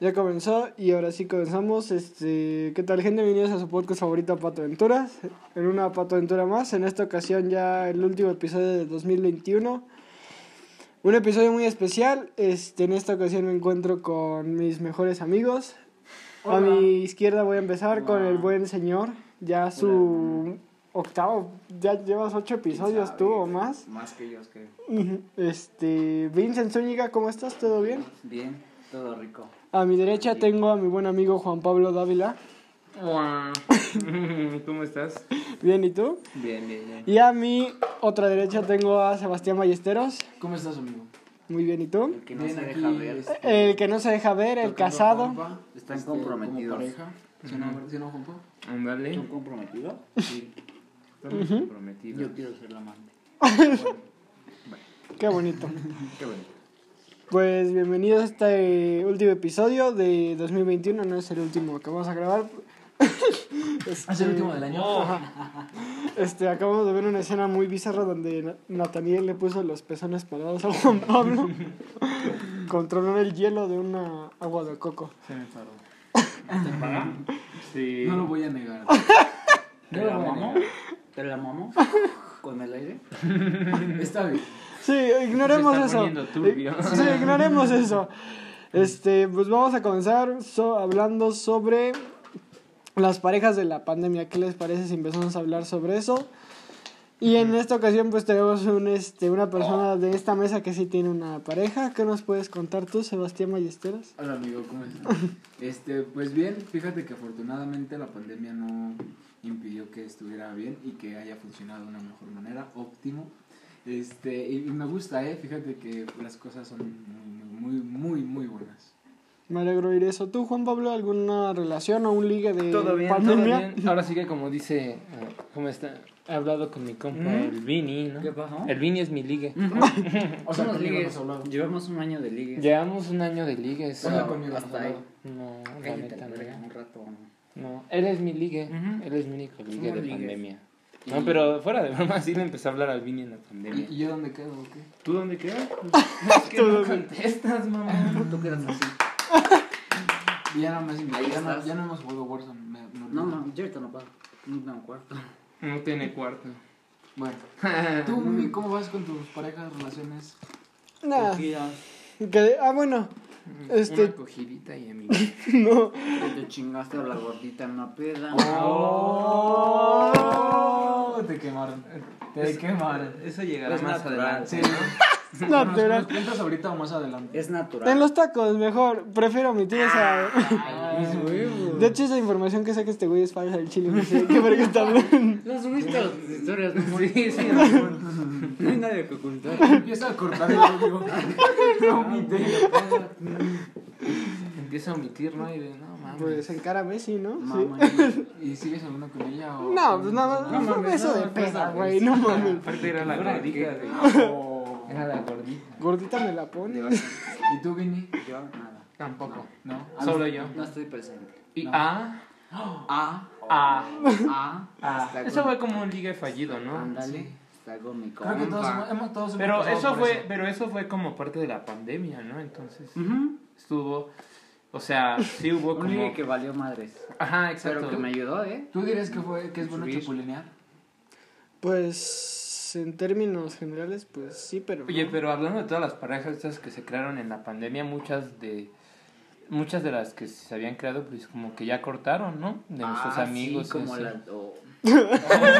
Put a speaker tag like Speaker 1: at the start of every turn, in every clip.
Speaker 1: Ya comenzó y ahora sí comenzamos. Este, ¿qué tal gente? Bienvenidos a su podcast favorito Pato Aventuras. En una Pato Aventura más, en esta ocasión ya el último episodio de 2021. Un episodio muy especial. Este, en esta ocasión me encuentro con mis mejores amigos. A
Speaker 2: Hola.
Speaker 1: mi izquierda voy a empezar con
Speaker 2: Hola.
Speaker 1: el buen señor, ya su octavo, ya llevas ocho episodios
Speaker 2: ¿Quién sabe?
Speaker 1: tú o más.
Speaker 2: Más que yo, creo.
Speaker 1: Ujú. Este, Vincent Zúñiga, ¿cómo estás? ¿Todo bien?
Speaker 2: Bien, todo rico.
Speaker 1: A mi derecha tengo a mi buen amigo Juan Pablo Dávila.
Speaker 3: ¿Cómo estás?
Speaker 1: Bien, ¿y tú?
Speaker 2: Bien, bien, bien.
Speaker 1: Y a mi otra derecha tengo a Sebastián Ballesteros.
Speaker 4: ¿Cómo estás, amigo?
Speaker 1: Muy bien, ¿y tú?
Speaker 2: El que no
Speaker 4: Bien,
Speaker 2: se
Speaker 4: aquí
Speaker 2: deja ver.
Speaker 4: es-
Speaker 1: El que no se deja ver, el
Speaker 4: Tocando
Speaker 1: casado.
Speaker 4: pompa,
Speaker 2: Están
Speaker 4: este,
Speaker 2: comprometidos.
Speaker 4: Como pareja. ¿Sí o no, sí o no, Juanpa?
Speaker 3: Ándale.
Speaker 2: ¿Son comprometidos?
Speaker 4: Sí.
Speaker 3: Estamos comprometidos.
Speaker 4: Yo quiero ser la amante.
Speaker 1: Qué bonito.
Speaker 3: Qué bueno.
Speaker 1: Pues bienvenidos a este último episodio de 2021. No es el último que vamos a grabar.
Speaker 4: Ah, ¿Es el último del año?
Speaker 1: Este, acabamos de ver una escena muy bizarra donde Na- Nathaniel le puso los pezones parados a Juan Pablo. Controló el hielo de una agua de coco.
Speaker 4: Se me paró.
Speaker 3: Sí.
Speaker 4: No lo voy a negar.
Speaker 2: ¿Te la mamo? ¿Te la mamo? ¿Con el aire?
Speaker 4: Está bien.
Speaker 1: Sí, ignoremos
Speaker 3: Se está
Speaker 1: eso. Eh,
Speaker 3: poniendo turbio.
Speaker 1: Sí, ignoremos eso. Este, pues vamos a comenzar so- hablando sobre las parejas de la pandemia. ¿Qué les parece si empezamos a hablar sobre eso? Y en esta ocasión pues tenemos un, este, una persona de esta mesa que sí tiene una pareja. ¿Qué nos puedes contar tú, Sebastián Ballesteros?
Speaker 4: Hola, amigo, ¿cómo estás? Este, pues bien, fíjate que afortunadamente la pandemia no impidió que estuviera bien y que haya funcionado de una mejor manera, óptimo. Este, y y me gusta, eh, fíjate que las cosas son muy, muy, muy, muy, muy buenas.
Speaker 1: Me alegro oír eso. ¿Tú, Juan Pablo, alguna relación o un ligue de
Speaker 3: Todo bien,
Speaker 1: pandemia?
Speaker 3: todo bien. Ahora sí que como dice, eh, como está, he hablado con mi compa,
Speaker 2: ¿Mm?
Speaker 3: el Vini, ¿no?
Speaker 2: ¿Qué pasó?
Speaker 3: El Vini es mi ligue.
Speaker 4: Mm. O sea,
Speaker 2: Somos
Speaker 4: conmigo
Speaker 2: ligues.
Speaker 4: no has hablado.
Speaker 2: Llevamos un año de ligues.
Speaker 3: Llevamos un año de ligues.
Speaker 4: O sea, conmigo
Speaker 2: hasta
Speaker 4: hasta
Speaker 2: ahí.
Speaker 4: ahí.
Speaker 3: No, la
Speaker 2: Cállate,
Speaker 3: neta,
Speaker 2: verga,
Speaker 3: no.
Speaker 2: un rato.
Speaker 3: No, él es mi ligue.
Speaker 2: Ujú.
Speaker 3: Él es mi único ligue
Speaker 2: Somos
Speaker 3: de
Speaker 2: ligues.
Speaker 3: pandemia. No, pero fuera de broma, sí le empecé a hablar al Vini en la pandemia.
Speaker 4: ¿Y, y yo dónde quedo o qué?
Speaker 3: ¿Tú dónde quedas? es que no contestas, mamá.
Speaker 2: Tú quedas así.
Speaker 4: Y Ya no, me,
Speaker 2: Ahí
Speaker 4: ya no,
Speaker 2: estás.
Speaker 4: ya no hemos jugado Warzone. me- me
Speaker 2: No,
Speaker 4: olvidé.
Speaker 2: no, yo ahorita no puedo. No tengo cuarto.
Speaker 4: Ah.
Speaker 3: No tiene cuarto.
Speaker 4: Bueno, tú, Mimi, ¿cómo vas con tus parejas, relaciones?
Speaker 1: Nah,
Speaker 2: Cogidas.
Speaker 1: que- ah, bueno. Este,
Speaker 3: Una cogidita y amigo.
Speaker 1: no.
Speaker 2: que Te chingaste a la gordita en una peda.
Speaker 4: Oh, te quemaron. Te quemaron.
Speaker 3: Eso llegará
Speaker 2: Es
Speaker 3: más
Speaker 2: natural.
Speaker 3: adelante.
Speaker 4: Sí.
Speaker 1: No,
Speaker 4: ¿Nos,
Speaker 1: pero-
Speaker 4: nos cuentas ahorita o más adelante?
Speaker 2: Es
Speaker 1: En
Speaker 2: natural.
Speaker 1: los tacos, mejor. Prefiero omitir esa.
Speaker 4: Ay, huevo.
Speaker 1: De hecho, esa información que saca este güey es falsa del chile. No sé qué verga está hablando.
Speaker 2: Las subiste a las historias, ¿no?
Speaker 3: Sí, sí,
Speaker 2: No hay nadie que ocultar.
Speaker 4: Empieza a cortar el audio. Lo omité.
Speaker 3: Empieza a omitir, ¿no? Y de, no mames.
Speaker 1: Pues encara Messi, ¿no? Sí.
Speaker 2: Mamá, yo-
Speaker 4: ¿Y sigues hablando con ella o...?
Speaker 1: No, pues nada más.
Speaker 2: No
Speaker 1: No
Speaker 2: mames,
Speaker 1: eso
Speaker 2: no,
Speaker 1: de
Speaker 2: no,
Speaker 1: peda,
Speaker 2: pues,
Speaker 1: güey. No mames.
Speaker 3: Aparte era la
Speaker 2: Ahora,
Speaker 3: gordita.
Speaker 2: ¿qué?
Speaker 3: güey.
Speaker 4: Oh.
Speaker 3: Era la gordita.
Speaker 1: Gordita me la pone.
Speaker 4: ¿Y tú, Vini?
Speaker 2: Yo nada.
Speaker 3: Tampoco.
Speaker 4: No.
Speaker 3: Solo yo.
Speaker 2: No estoy presente.
Speaker 3: Y ah,
Speaker 2: Ah,
Speaker 3: ah,
Speaker 2: ah,
Speaker 3: ah.
Speaker 2: Está
Speaker 3: Eso
Speaker 2: con-
Speaker 3: fue como un ligue fallido, ¿no?
Speaker 2: Ándale,
Speaker 4: Sí.
Speaker 2: está con mi
Speaker 4: Creo que todos hemos,
Speaker 2: compa.
Speaker 4: hemos- todos hemos
Speaker 3: Pero
Speaker 4: pasado
Speaker 3: eso
Speaker 4: por
Speaker 3: fue, pero eso fue como parte de la pandemia, ¿no? Entonces
Speaker 2: Ujú.
Speaker 3: estuvo, o sea, sí hubo
Speaker 2: Un ligue
Speaker 3: como,
Speaker 2: que valió madres.
Speaker 3: ajá,
Speaker 2: Pero
Speaker 3: exacto.
Speaker 2: que me ayudó, ¿eh?
Speaker 4: ¿Tú dirías que, fue, que es bueno
Speaker 3: Subir.
Speaker 4: chapulinear?
Speaker 1: Pues en términos generales, pues sí, pero.
Speaker 3: Oye,
Speaker 1: no.
Speaker 3: pero hablando de todas las parejas estas que se crearon en la pandemia, muchas de muchas de las que se habían creado, pues como que ya cortaron, ¿no? De nuestros
Speaker 2: Ah, Sí,
Speaker 3: amigos. y
Speaker 2: como
Speaker 3: así.
Speaker 2: la. oh.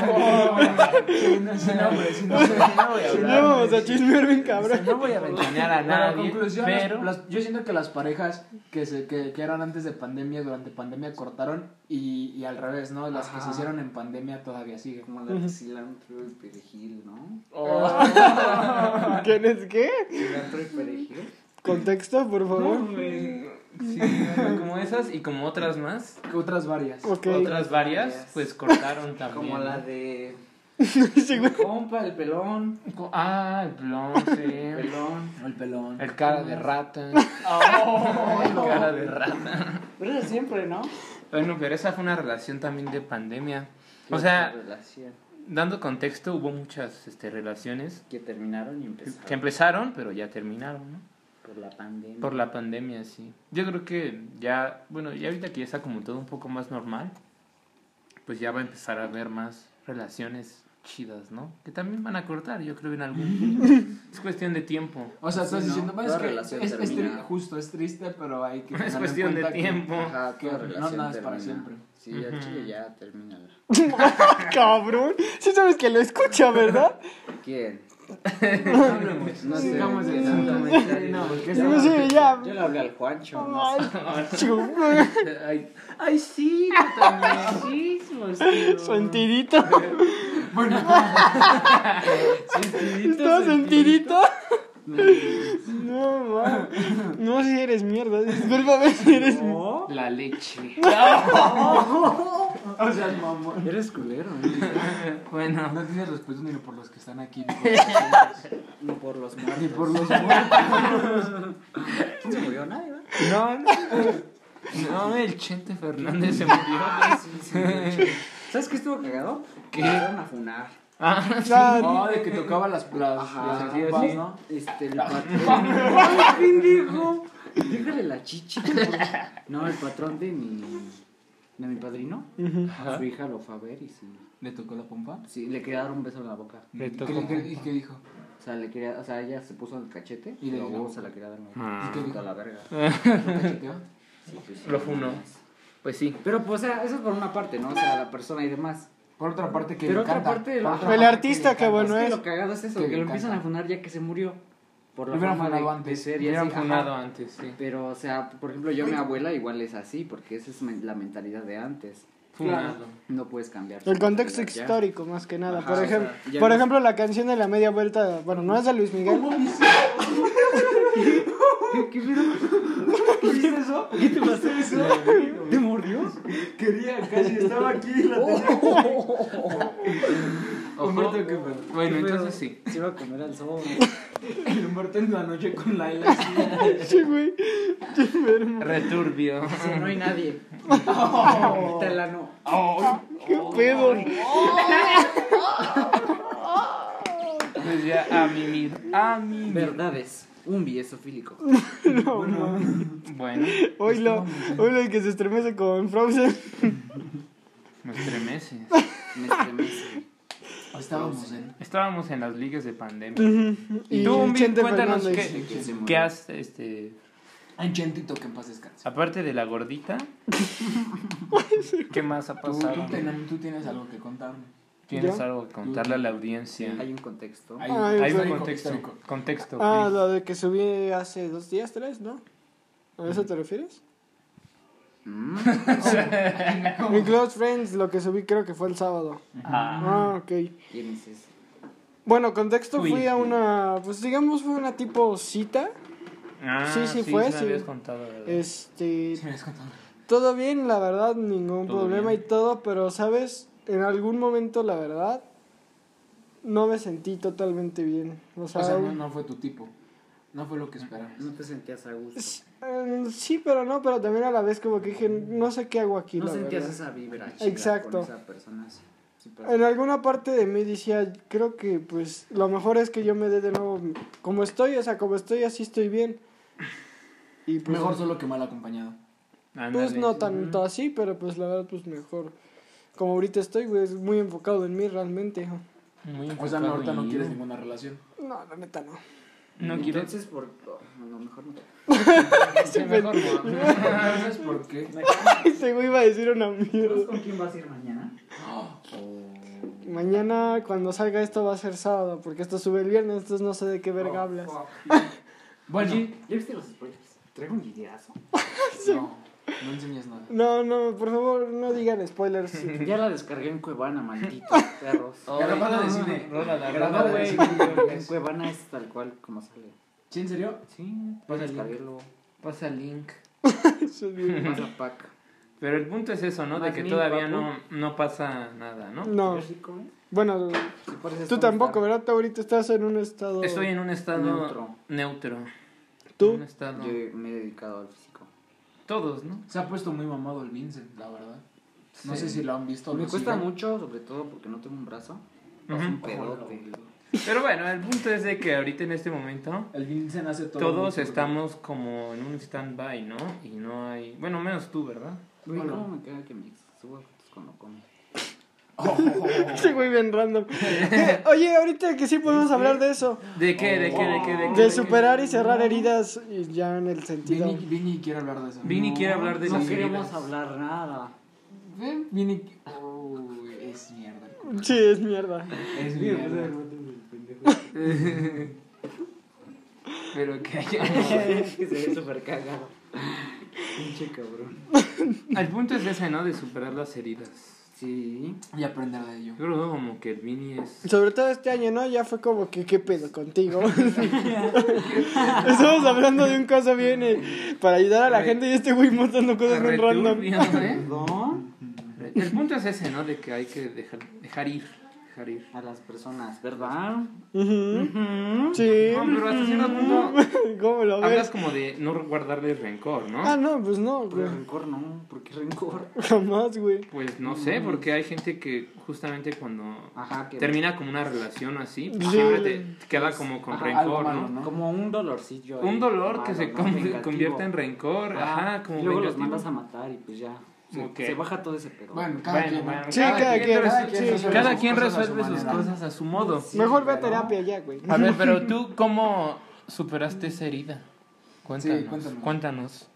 Speaker 4: Sí, no, sí, no, hombre, sí, no.
Speaker 2: No voy a
Speaker 1: Ya
Speaker 2: hablar.
Speaker 1: vamos a chismear bien, cabrón.
Speaker 3: No voy a ventanear a
Speaker 4: Pero en
Speaker 3: nadie,
Speaker 4: conclusión, las-
Speaker 3: pero
Speaker 4: las- yo siento que las parejas que, se, que, que eran antes de pandemia, durante pandemia cortaron y, y al revés, ¿no? Las que se
Speaker 2: Ajá.
Speaker 4: hicieron en pandemia todavía siguen.
Speaker 2: Como la de cilantro y perejil, ¿no?
Speaker 3: oh,
Speaker 2: Ah.
Speaker 1: ¿Quién es qué?
Speaker 2: Cilantro y perejil.
Speaker 1: Contexto, por favor.
Speaker 3: sí, no, como esas y como otras más,
Speaker 4: Otras varias.
Speaker 1: Ok.
Speaker 3: otras varias, pues cortaron también.
Speaker 2: Como la
Speaker 3: ¿no?
Speaker 2: de.
Speaker 1: Sí, güey.
Speaker 2: Compa, el pelón.
Speaker 3: Co- Ah, el blon, sí.
Speaker 2: Pelón.
Speaker 4: El pelón.
Speaker 3: El cara de rata. el cara de rata.
Speaker 2: Pero eso siempre, ¿no?
Speaker 3: Bueno, pero esa fue una relación también de pandemia. O sea,
Speaker 2: Relación.
Speaker 3: Dando contexto, hubo muchas este, relaciones
Speaker 2: Que terminaron y
Speaker 3: que
Speaker 2: empezaron.
Speaker 3: empezaron, pero ya terminaron, ¿no?
Speaker 2: Por la pandemia.
Speaker 3: Por la pandemia, sí. Yo creo que ya, bueno, ya ahorita que ya está como todo un poco más normal, pues ya va a empezar a haber más relaciones chidas, ¿no? Que también van a cortar, yo creo, en algún punto. es cuestión de tiempo.
Speaker 4: O sea,
Speaker 2: Sí,
Speaker 4: estás
Speaker 2: ¿no?
Speaker 4: diciendo, "Bueno, es
Speaker 2: Toda
Speaker 4: que es,
Speaker 2: relación
Speaker 4: es tri-
Speaker 2: termina".
Speaker 4: justo, es triste, pero hay que...
Speaker 3: Es
Speaker 4: tener en
Speaker 3: cuestión de
Speaker 4: cuenta que-
Speaker 3: tiempo.
Speaker 2: Ajá, toda
Speaker 4: No,
Speaker 2: relación
Speaker 4: nada es para
Speaker 2: termina.
Speaker 4: siempre.
Speaker 2: Sí, al chile
Speaker 3: Ujú.
Speaker 2: ya termina.
Speaker 1: Cabrón. Sí sabes que lo escucha, ¿verdad?
Speaker 2: ¿Quién?
Speaker 4: No hablemos,
Speaker 2: No
Speaker 4: no
Speaker 2: sé.
Speaker 4: sigamos
Speaker 2: Sí,
Speaker 4: en
Speaker 2: no,
Speaker 4: eso.
Speaker 2: comentario.
Speaker 4: No, porque
Speaker 1: Sí,
Speaker 4: eso-
Speaker 1: sí, ya.
Speaker 2: Yo le hablé al Juancho. No,
Speaker 1: Ay,
Speaker 2: sé.
Speaker 1: chu-
Speaker 3: Ay, ay sí, tú también. Sí, sentido.
Speaker 1: Sentidito.
Speaker 4: Bueno,
Speaker 1: Todo sentidito. No, ma. No si eres mierda. Discúlpame si eres.
Speaker 4: no.
Speaker 3: La leche.
Speaker 4: O sea, mamón. Eres culero.
Speaker 2: ¿eh?
Speaker 3: bueno,
Speaker 4: No tienes respeto ni por los que están aquí, ni por los, que-
Speaker 2: no por los muertos.
Speaker 4: ni por los muertos.
Speaker 2: No se murió nadie, ¿verdad?
Speaker 3: no, no. No, el Chente Fernández se murió.
Speaker 2: ¿Sabes qué estuvo cagado? Que llegaron a funar.
Speaker 3: ah,
Speaker 1: Ah,
Speaker 4: No, de que tocaba las plazas. Las
Speaker 2: Ajá,
Speaker 4: así,
Speaker 2: sí.
Speaker 4: ¿no?
Speaker 2: Este, el patrón. ¡Ay, pendejo! Déjale la chichi. por- No, el patrón de mi. de mi padrino. Su hija lo fue a ver y sí.
Speaker 4: ¿Le tocó la pompa?
Speaker 2: Sí, le quería dar un beso en la boca.
Speaker 3: Le
Speaker 4: ¿Y qué-
Speaker 3: tocó
Speaker 4: qué-
Speaker 3: pompa.
Speaker 4: ¿Y qué dijo?
Speaker 2: O sea, le quería, o sea, ella se puso en el cachete
Speaker 4: Y
Speaker 2: y
Speaker 4: le
Speaker 2: luego
Speaker 4: dio.
Speaker 2: se la quería dar en la
Speaker 3: Ah.
Speaker 2: boca. Y a la verga.
Speaker 4: ¿Lo cacheteó?
Speaker 2: Sí, pues, sí,
Speaker 3: Lo funó. Pues sí.
Speaker 2: Pero, pues, o sea, eso es por una parte, ¿no? O sea, la persona y demás.
Speaker 4: Por otra parte que
Speaker 2: Pero
Speaker 4: le
Speaker 2: otra
Speaker 4: canta.
Speaker 2: parte de
Speaker 4: Por
Speaker 2: la-
Speaker 4: otra
Speaker 1: El
Speaker 4: parte
Speaker 1: artista,
Speaker 4: le
Speaker 1: qué
Speaker 4: canta.
Speaker 1: bueno
Speaker 2: es
Speaker 1: es.
Speaker 2: que lo cagado es eso,
Speaker 4: que
Speaker 2: que, lo
Speaker 4: encanta.
Speaker 2: empiezan a funar ya que se murió. Por
Speaker 4: Lo
Speaker 2: la
Speaker 4: hubieran
Speaker 2: forma de,
Speaker 4: funado antes,
Speaker 2: de ser y
Speaker 3: Hubieran
Speaker 2: así, ajá.
Speaker 3: funado antes, sí.
Speaker 2: Pero, o sea, por ejemplo, yo mi abuela igual es así, porque esa es men- la mentalidad de antes.
Speaker 3: Funado.
Speaker 2: No puedes cambiar.
Speaker 1: El contexto
Speaker 2: Ya.
Speaker 1: histórico, más que nada.
Speaker 2: Ajá,
Speaker 1: por
Speaker 2: o sea,
Speaker 1: ejemplo,
Speaker 2: ya
Speaker 1: por
Speaker 2: no-
Speaker 1: ejemplo la canción de la media vuelta. Bueno, no es de Luis Miguel.
Speaker 2: ¿Qué, qué pedo? ¿Qué es eso? ¿Qué te pasó eso? ¿Te mordió? Oh.
Speaker 4: Quería, casi estaba aquí y la tenía.
Speaker 3: Ojo.
Speaker 4: Humberto, ¿qué pedo?
Speaker 3: Bueno,
Speaker 2: ¿Qué pedo?
Speaker 3: entonces sí.
Speaker 2: Se iba a comer al sol.
Speaker 4: El Humberto en la noche con Laila. así.
Speaker 1: Sí, güey.
Speaker 3: Returbio.
Speaker 2: Sí, no hay nadie. Métela, no.
Speaker 1: Qué pedo.
Speaker 3: Pues ya a mimir. A mimir.
Speaker 2: Verdades. Un biesofílico.
Speaker 3: Bueno,
Speaker 1: Oílo. Oílo el que se estremece con Frozen.
Speaker 3: me estremeces.
Speaker 2: Me estremece.
Speaker 4: Estábamos
Speaker 2: ¿eh?
Speaker 4: en.
Speaker 3: Estábamos en las ligas de pandemia.
Speaker 1: Y
Speaker 3: Tú,
Speaker 1: el
Speaker 3: Vic,
Speaker 1: Chente
Speaker 3: cuéntanos
Speaker 1: Fernández.
Speaker 3: qué,
Speaker 2: De que se
Speaker 3: qué
Speaker 2: murió.
Speaker 3: has, este,
Speaker 4: En Chentito, que en paz descanse.
Speaker 3: aparte de la gordita, ¿qué más ha
Speaker 4: Tú,
Speaker 3: pasado?
Speaker 4: tú ten- tú tienes algo que contarme.
Speaker 3: ¿Tienes
Speaker 1: ¿Ya?
Speaker 3: algo que contarle a la audiencia?
Speaker 2: Hay un contexto.
Speaker 4: Ahí,
Speaker 1: Ay,
Speaker 3: Hay un
Speaker 1: Histórico,
Speaker 3: contexto. Contexto.
Speaker 1: Ah,
Speaker 3: Chris.
Speaker 1: la de que subí hace dos días, tres, ¿no? ¿A eso te refieres?
Speaker 2: Mm.
Speaker 1: Mi Close Friends, lo que subí creo que fue el sábado.
Speaker 3: Ah.
Speaker 1: Ah, ok.
Speaker 2: ¿Quién es ese?
Speaker 1: Bueno, contexto, fui a
Speaker 3: Uy.
Speaker 1: una, pues digamos fue una tipo cita.
Speaker 3: Ah,
Speaker 1: Sí, sí fue,
Speaker 3: me
Speaker 1: sí.
Speaker 3: habías contado, ¿verdad?
Speaker 1: Este,
Speaker 4: Sí, me has contado.
Speaker 1: todo bien, la verdad, ningún
Speaker 3: Todo
Speaker 1: problema
Speaker 3: bien.
Speaker 1: y todo, pero sabes, en algún momento, la verdad, no me sentí totalmente bien. O sea,
Speaker 4: O sea, no, no fue tu tipo. No fue lo que esperabas.
Speaker 2: No te sentías a gusto.
Speaker 1: eh, sí, pero no, pero también a la vez como que dije, no sé qué hago aquí.
Speaker 2: No
Speaker 1: la
Speaker 2: sentías
Speaker 1: verdad.
Speaker 2: esa vibra chida
Speaker 1: Exacto.
Speaker 2: con esa persona. sí. Sí, pero-
Speaker 1: En alguna parte de mí decía, creo que pues lo mejor es que yo me dé de nuevo como estoy, o sea, como estoy así estoy bien. Y pues,
Speaker 4: Mejor solo que mal acompañado.
Speaker 1: pues
Speaker 3: Ándale.
Speaker 1: no tanto así, pero pues la verdad pues mejor. Como ahorita estoy, güey, es muy enfocado en mí realmente. hijo.
Speaker 3: Muy
Speaker 4: O sea, no, ahorita no
Speaker 3: enfocado y-
Speaker 4: quieres ninguna relación.
Speaker 1: No, la neta no.
Speaker 3: No quieres.
Speaker 2: Entonces, por. no, no, mejor no.
Speaker 3: Mejor no.
Speaker 4: ¿Sabes por qué?
Speaker 1: Ese Este güey iba a decir una
Speaker 2: ¿Sabes
Speaker 1: mierda.
Speaker 2: con quién vas a ir mañana? Oh.
Speaker 1: Mañana cuando salga esto va a ser sábado, porque esto sube el viernes, entonces no sé de qué
Speaker 3: Oh,
Speaker 1: verga hablas.
Speaker 4: Bueno,
Speaker 2: Oye, Oh, ¿ya viste los spoilers? Traigo un ideazo.
Speaker 4: no, no enseñas nada.
Speaker 1: No, no, por favor, no digan spoilers.
Speaker 2: Ya la descargué en Cuevana, maldito perros.
Speaker 4: Grabada
Speaker 3: no,
Speaker 4: de
Speaker 3: no,
Speaker 4: cine.
Speaker 3: no, Rola, la
Speaker 2: Grabado,
Speaker 3: grabada de
Speaker 2: güey.
Speaker 3: cine.
Speaker 2: En Cuevana es tal cual como sale.
Speaker 4: ¿Sí, en serio?
Speaker 3: Sí, pasa
Speaker 2: Puedes
Speaker 4: Pues
Speaker 3: el link.
Speaker 2: descargarlo.
Speaker 3: Pasa el link.
Speaker 1: Eso es bien.
Speaker 2: Más a pack.
Speaker 3: Pero el punto es eso, ¿no? De
Speaker 2: Más
Speaker 3: que
Speaker 2: mil,
Speaker 3: todavía
Speaker 2: papu.
Speaker 3: no, no pasa nada, ¿no?
Speaker 1: No,
Speaker 2: ¿Qué rico, eh?
Speaker 1: bueno,
Speaker 2: Sí, pareces
Speaker 1: tú
Speaker 2: Tom
Speaker 1: tampoco,
Speaker 2: Star.
Speaker 1: ¿verdad? Tú ahorita estás en un estado...
Speaker 3: Estoy en un estado neutro.
Speaker 2: Neutro.
Speaker 1: ¿Tú?
Speaker 3: En un estado...
Speaker 2: Yo me he dedicado al físico.
Speaker 3: Todos, ¿no?
Speaker 4: Se ha puesto muy mamado el Vincent, la verdad. No
Speaker 3: Sí.
Speaker 4: sé si lo han visto. o
Speaker 2: Me
Speaker 4: lo
Speaker 2: cuesta
Speaker 4: siguen.
Speaker 2: mucho, sobre todo porque no tengo un brazo. Es
Speaker 3: Ujú.
Speaker 2: un pedote.
Speaker 3: Pero bueno, el punto es de que ahorita en este momento
Speaker 4: El Vincent hace todo.
Speaker 3: todos
Speaker 4: mucho,
Speaker 3: estamos como en un stand-by, ¿no? Y no hay... Bueno, menos tú, ¿verdad?
Speaker 2: Güey,
Speaker 4: Hola.
Speaker 2: ¿cómo me queda que me suba fotos cuando come?
Speaker 1: Sí, güey, bien random. Eh, Oye, ahorita que sí podemos hablar de eso.
Speaker 3: ¿De qué? ¿De qué? ¿De qué? ¿De, qué?
Speaker 1: De superar y cerrar heridas y ya en el sentido.
Speaker 4: Vini, Vini quiere hablar de eso.
Speaker 3: Vini quiere hablar de
Speaker 2: No
Speaker 3: sus
Speaker 2: queremos
Speaker 3: heridas.
Speaker 2: hablar nada.
Speaker 4: Ven, Vini. Uy, es mierda.
Speaker 1: Sí, es mierda.
Speaker 4: Es mierda.
Speaker 2: Pero que haya. que se ve súper cagado. Pinche cabrón.
Speaker 3: El punto es ese, ¿no? De superar las heridas.
Speaker 2: Sí.
Speaker 4: Y aprender de ello.
Speaker 3: Yo creo como que el Vini es...
Speaker 1: Sobre todo este año, ¿no? Ya fue como que, ¿qué pedo contigo? Estamos hablando de un caso bien eh, para ayudar a la gente y este güey montando cosas bien random.
Speaker 3: returbio, ¿eh?
Speaker 2: Perdón
Speaker 3: El punto es ese, ¿no? De que hay que dejar, dejar ir. Dejar ir.
Speaker 2: a las personas, ¿verdad?
Speaker 1: Ujú.
Speaker 2: Ujú.
Speaker 1: Sí.
Speaker 3: No, pero hasta cierto punto
Speaker 1: ¿Cómo lo
Speaker 3: hablas
Speaker 1: ves?
Speaker 3: como de no guardarle rencor,
Speaker 1: Ah,
Speaker 3: ¿no?
Speaker 1: no, pues no,
Speaker 2: Pero
Speaker 1: güey.
Speaker 2: rencor no, ¿por qué rencor?
Speaker 1: Jamás, güey.
Speaker 3: Pues no sé, porque hay gente que justamente cuando
Speaker 2: Ajá, Ah, que.
Speaker 3: termina como una relación así, pues,
Speaker 1: Sí.
Speaker 3: siempre te queda como con
Speaker 2: Ajá,
Speaker 4: algo
Speaker 3: rencor,
Speaker 4: malo,
Speaker 3: ¿no?
Speaker 4: ¿no?
Speaker 2: Como un dolorcillo.
Speaker 3: Un
Speaker 2: ahí,
Speaker 3: dolor que
Speaker 2: malo,
Speaker 3: se
Speaker 2: ¿no?
Speaker 3: con-
Speaker 2: Vengativo. Ah.
Speaker 3: convierte en rencor, ajá, como
Speaker 2: Luego los
Speaker 3: vengativo.
Speaker 2: mandas a matar y pues ya. Se,
Speaker 3: Ok.
Speaker 2: se baja todo ese pedo.
Speaker 4: Bueno, cada
Speaker 3: Bueno,
Speaker 4: quien. ¿no?
Speaker 3: bueno,
Speaker 1: Sí,
Speaker 3: cada,
Speaker 1: cada
Speaker 3: quien,
Speaker 1: quien,
Speaker 3: resuelve-
Speaker 1: cada quien resuelve
Speaker 3: cada
Speaker 4: sus
Speaker 3: quien
Speaker 4: cosas a su
Speaker 3: resuelve sus
Speaker 4: manera.
Speaker 3: cosas a su modo.
Speaker 1: Mejor ve a
Speaker 2: pero-
Speaker 1: terapia ya, güey.
Speaker 3: A ver, pero tú, ¿cómo superaste esa herida? Cuéntanos.
Speaker 4: Sí, cuéntanos.
Speaker 3: cuéntanos.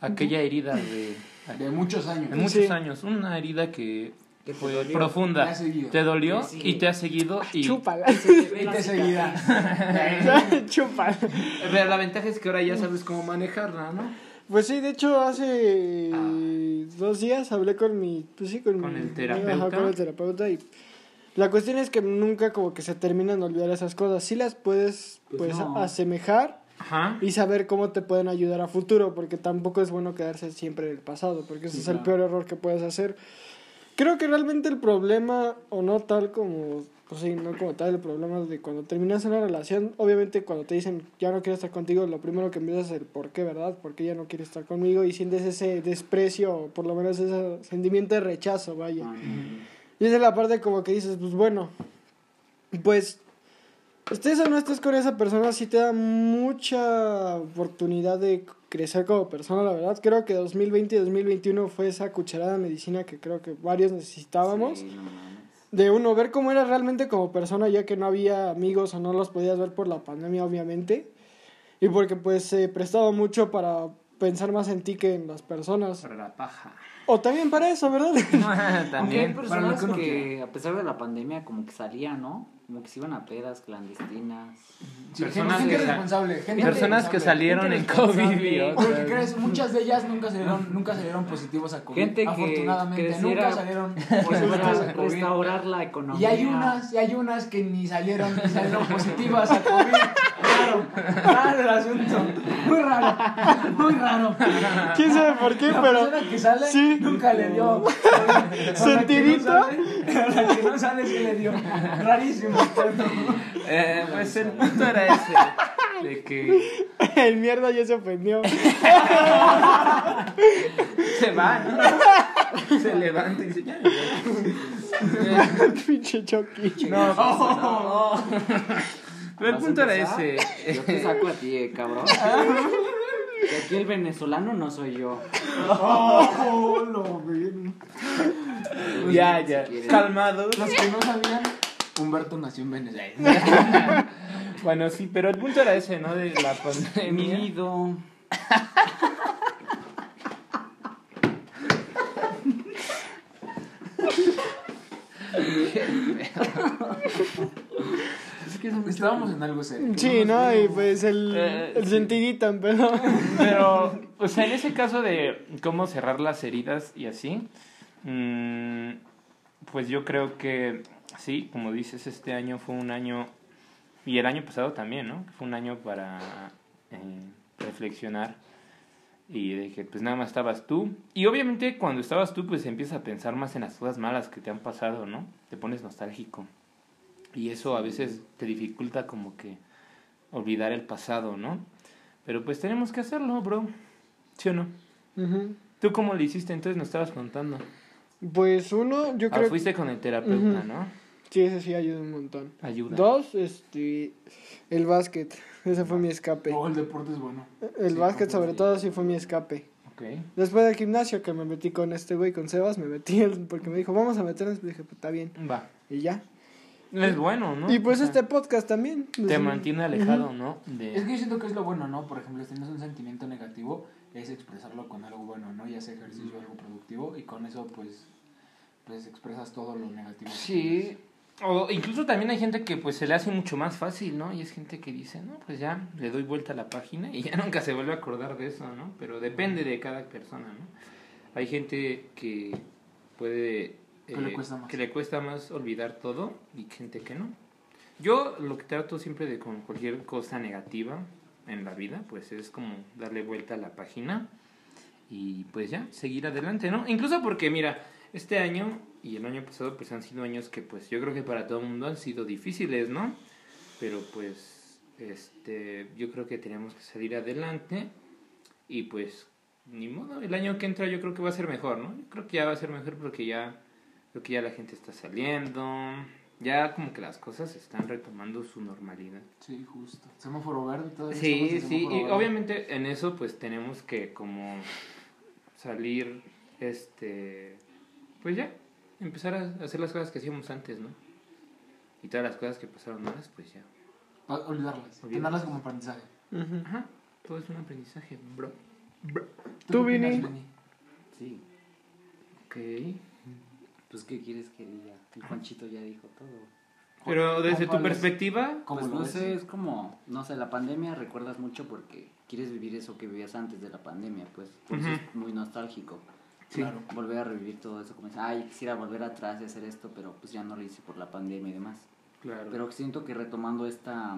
Speaker 3: Aquella herida de,
Speaker 4: De muchos años.
Speaker 3: de muchos
Speaker 1: Sí.
Speaker 3: años. Una herida que
Speaker 2: Que te
Speaker 3: fue
Speaker 2: dolió.
Speaker 3: profunda.
Speaker 4: Te ha seguido.
Speaker 3: Te dolió
Speaker 2: Sí.
Speaker 3: y te ha seguido. Y,
Speaker 1: Chúpala.
Speaker 2: Se te ve
Speaker 4: Y
Speaker 2: la
Speaker 4: te
Speaker 2: cicatriz.
Speaker 4: seguirá.
Speaker 1: Chúpala.
Speaker 3: Pero la ventaja es que ahora ya sabes cómo manejarla, ¿no?
Speaker 1: Pues sí, de hecho hace dos días hablé con mi, pues sí, con,
Speaker 3: Ah. Con
Speaker 1: mi-
Speaker 3: el terapeuta.
Speaker 1: con el terapeuta y la cuestión es que nunca como que se terminan de olvidar esas cosas. Sí las puedes pues,
Speaker 2: Pues no.
Speaker 1: asemejar
Speaker 3: Ajá.
Speaker 1: y saber cómo te pueden ayudar a futuro, porque tampoco es bueno quedarse siempre en el pasado, porque ese
Speaker 4: Sí,
Speaker 1: es el
Speaker 4: claro.
Speaker 1: peor error que puedes hacer. Creo que realmente el problema, o no tal como, pues sí, no como tal, el problema es de cuando terminas una relación, obviamente cuando te dicen ya no quiero estar contigo, lo primero que empiezas es el por qué, ¿verdad? ¿Por qué ya no quiere estar conmigo? Y sientes ese desprecio, o por lo menos ese sentimiento de rechazo, vaya. Y esa es la parte como que dices, pues bueno, pues estés o no estés con esa persona, sí te da mucha oportunidad de crecer como persona, la verdad. Creo que 2020 y 2021 fue esa cucharada de medicina que creo que varios necesitábamos.
Speaker 2: Sí, no mames.
Speaker 1: De uno, ver cómo era realmente como persona, ya que no había amigos o no los podías ver por la pandemia, obviamente. Y porque pues se prestaba mucho para pensar más en ti que en las personas.
Speaker 3: Para la paja.
Speaker 1: O también para eso, ¿verdad?
Speaker 2: Aunque hay
Speaker 3: También.
Speaker 4: para lo
Speaker 2: personas
Speaker 4: que uno
Speaker 2: que a pesar de la pandemia como que salían, ¿no? Como que se iban a pedas clandestinas.
Speaker 4: Sí,
Speaker 3: Personas
Speaker 4: gente
Speaker 3: que sal-
Speaker 4: responsable. Gente
Speaker 3: Personas que
Speaker 4: responsable.
Speaker 3: salieron en COVID y
Speaker 4: Porque
Speaker 3: otras.
Speaker 4: crees, muchas de ellas nunca salieron, nunca salieron positivos a COVID.
Speaker 2: Gente que
Speaker 4: Afortunadamente,
Speaker 2: creciera-
Speaker 4: nunca salieron
Speaker 2: Pues
Speaker 4: positivas a
Speaker 2: para
Speaker 4: COVID.
Speaker 2: restaurar la economía.
Speaker 4: Y hay unas, y hay unas que ni salieron, ni salieron positivas a COVID. Raro, raro el asunto. Muy raro, muy raro.
Speaker 1: ¿Quién sabe por qué?
Speaker 4: La
Speaker 1: pero...
Speaker 4: persona que sale
Speaker 1: sí.
Speaker 4: nunca le dio.
Speaker 1: ¿Sentidito?
Speaker 4: A la que no sale sí le dio. Rarísimo.
Speaker 3: Eh, pues el punto era ese. De que
Speaker 1: El mierda ya se ofendió.
Speaker 3: se va, ¿no? Se levanta y dice, ya. me voy". Eh,
Speaker 1: Pinche Chucky.
Speaker 3: No, pues, no. Pero el
Speaker 2: ¿Vas
Speaker 3: punto
Speaker 2: a
Speaker 3: era
Speaker 2: empezar?
Speaker 3: ese.
Speaker 2: Yo te saco a ti, eh, cabrón. Que aquí el venezolano no soy yo.
Speaker 1: Oh,
Speaker 3: Ya, ya.
Speaker 2: Si quieres.
Speaker 3: Calmado.
Speaker 4: Los que no sabían, Humberto nació en Venezuela.
Speaker 3: Bueno, sí, pero el punto era ese, ¿no? De la
Speaker 2: Mi
Speaker 3: pandemia.
Speaker 2: nido.
Speaker 4: Estábamos en algo serio.
Speaker 1: Sí, ¿no? Y pues el,
Speaker 3: Eh,
Speaker 1: el
Speaker 3: sí.
Speaker 1: sentidito empezó.
Speaker 3: Pero, o sea, en ese caso de cómo cerrar las heridas y así, mm, pues yo creo que sí, como dices, este año fue un año, y el año pasado también, ¿no? Fue un año para eh, reflexionar y de que pues nada más estabas tú. Y obviamente cuando estabas tú, pues empiezas a pensar más en las cosas malas que te han pasado, ¿no? Te pones nostálgico. Y eso a veces te dificulta como que olvidar el pasado, ¿no? Pero pues tenemos que hacerlo, bro. ¿Sí o no?
Speaker 1: Ujú.
Speaker 3: ¿Tú cómo le hiciste? Entonces nos estabas contando.
Speaker 1: Pues uno, yo
Speaker 3: Ah,
Speaker 1: creo que...
Speaker 3: fuiste con el terapeuta,
Speaker 1: Ujú.
Speaker 3: ¿no?
Speaker 1: Sí, ese sí ayuda un montón.
Speaker 3: Ayuda.
Speaker 1: Dos, este, el básquet. Ese fue mi escape.
Speaker 4: Oh, el deporte es bueno.
Speaker 1: El
Speaker 4: Sí,
Speaker 1: básquet,
Speaker 4: no,
Speaker 1: sobre
Speaker 4: sí.
Speaker 1: todo, sí fue mi escape.
Speaker 3: Ok.
Speaker 1: Después del gimnasio que me metí con este güey, con Sebas, me metí el- porque me dijo, vamos a meternos. Y dije, pues está bien.
Speaker 3: Va.
Speaker 1: Y ya.
Speaker 3: Es bueno, ¿no?
Speaker 1: Y pues
Speaker 3: O sea,
Speaker 1: este podcast también.
Speaker 3: Te
Speaker 1: Pues,
Speaker 3: mantiene alejado, ¿no?
Speaker 4: Es que
Speaker 3: De...
Speaker 4: yo siento que es lo bueno, ¿no? Por ejemplo, si tienes un sentimiento negativo, es expresarlo con algo bueno, ¿no? Ya sea ejercicio o algo productivo, y con eso, pues, pues expresas todo lo negativo. que
Speaker 3: Sí. O incluso también hay gente que pues se le hace mucho más fácil, ¿no? Y es gente que dice, no, pues ya le doy vuelta a la página y ya nunca se vuelve a acordar de eso, ¿no? Pero depende de cada persona, ¿no? Hay gente que puede... eh,
Speaker 4: Que le cuesta más.
Speaker 3: que le cuesta más olvidar todo y gente que no. Yo lo que trato siempre de con cualquier cosa negativa en la vida, pues es como darle vuelta a la página y pues ya, seguir adelante, ¿no? Incluso porque, mira, este año y el año pasado pues han sido años que pues yo creo que para todo el mundo han sido difíciles, ¿no? Pero pues, este, yo creo que tenemos que salir adelante y pues, ni modo, el año que entra yo creo que va a ser mejor, ¿no? Yo creo que ya va a ser mejor porque ya, creo que ya la gente está saliendo, ya como que las cosas están retomando su normalidad.
Speaker 4: Sí, justo. Semáforo verde, todavía
Speaker 3: Sí,
Speaker 4: estamos en
Speaker 3: sí,
Speaker 4: semáforo
Speaker 3: y
Speaker 4: verde.
Speaker 3: obviamente en eso pues tenemos que como salir, este, pues ya, empezar a hacer las cosas que hacíamos antes, ¿no? Y todas las cosas que pasaron malas, pues ya.
Speaker 4: Pa- Olvidarlas,
Speaker 3: Olvidarlas.
Speaker 4: tenerlas como aprendizaje.
Speaker 1: ujú.
Speaker 3: Ajá, todo es un aprendizaje, bro.
Speaker 1: Tú,
Speaker 4: qué opinas,
Speaker 1: Vini?
Speaker 4: Vini?
Speaker 2: Sí.
Speaker 3: Ok.
Speaker 2: Pues, ¿qué quieres que diga? El Juanchito ya dijo todo.
Speaker 3: Pero desde tu
Speaker 4: Juan Pablo,
Speaker 3: perspectiva,
Speaker 4: ¿Cómo
Speaker 2: pues
Speaker 4: lo
Speaker 2: no
Speaker 4: ves?
Speaker 2: sé, es como, no sé, la pandemia recuerdas mucho porque quieres vivir eso que vivías antes de la pandemia, pues, entonces
Speaker 3: Ujú.
Speaker 2: es muy nostálgico.
Speaker 3: Sí.
Speaker 2: Claro, volver a revivir todo eso, como dices, ay, quisiera volver atrás y hacer esto, pero pues ya no lo hice por la pandemia y demás.
Speaker 3: claro.
Speaker 2: Pero siento que retomando esta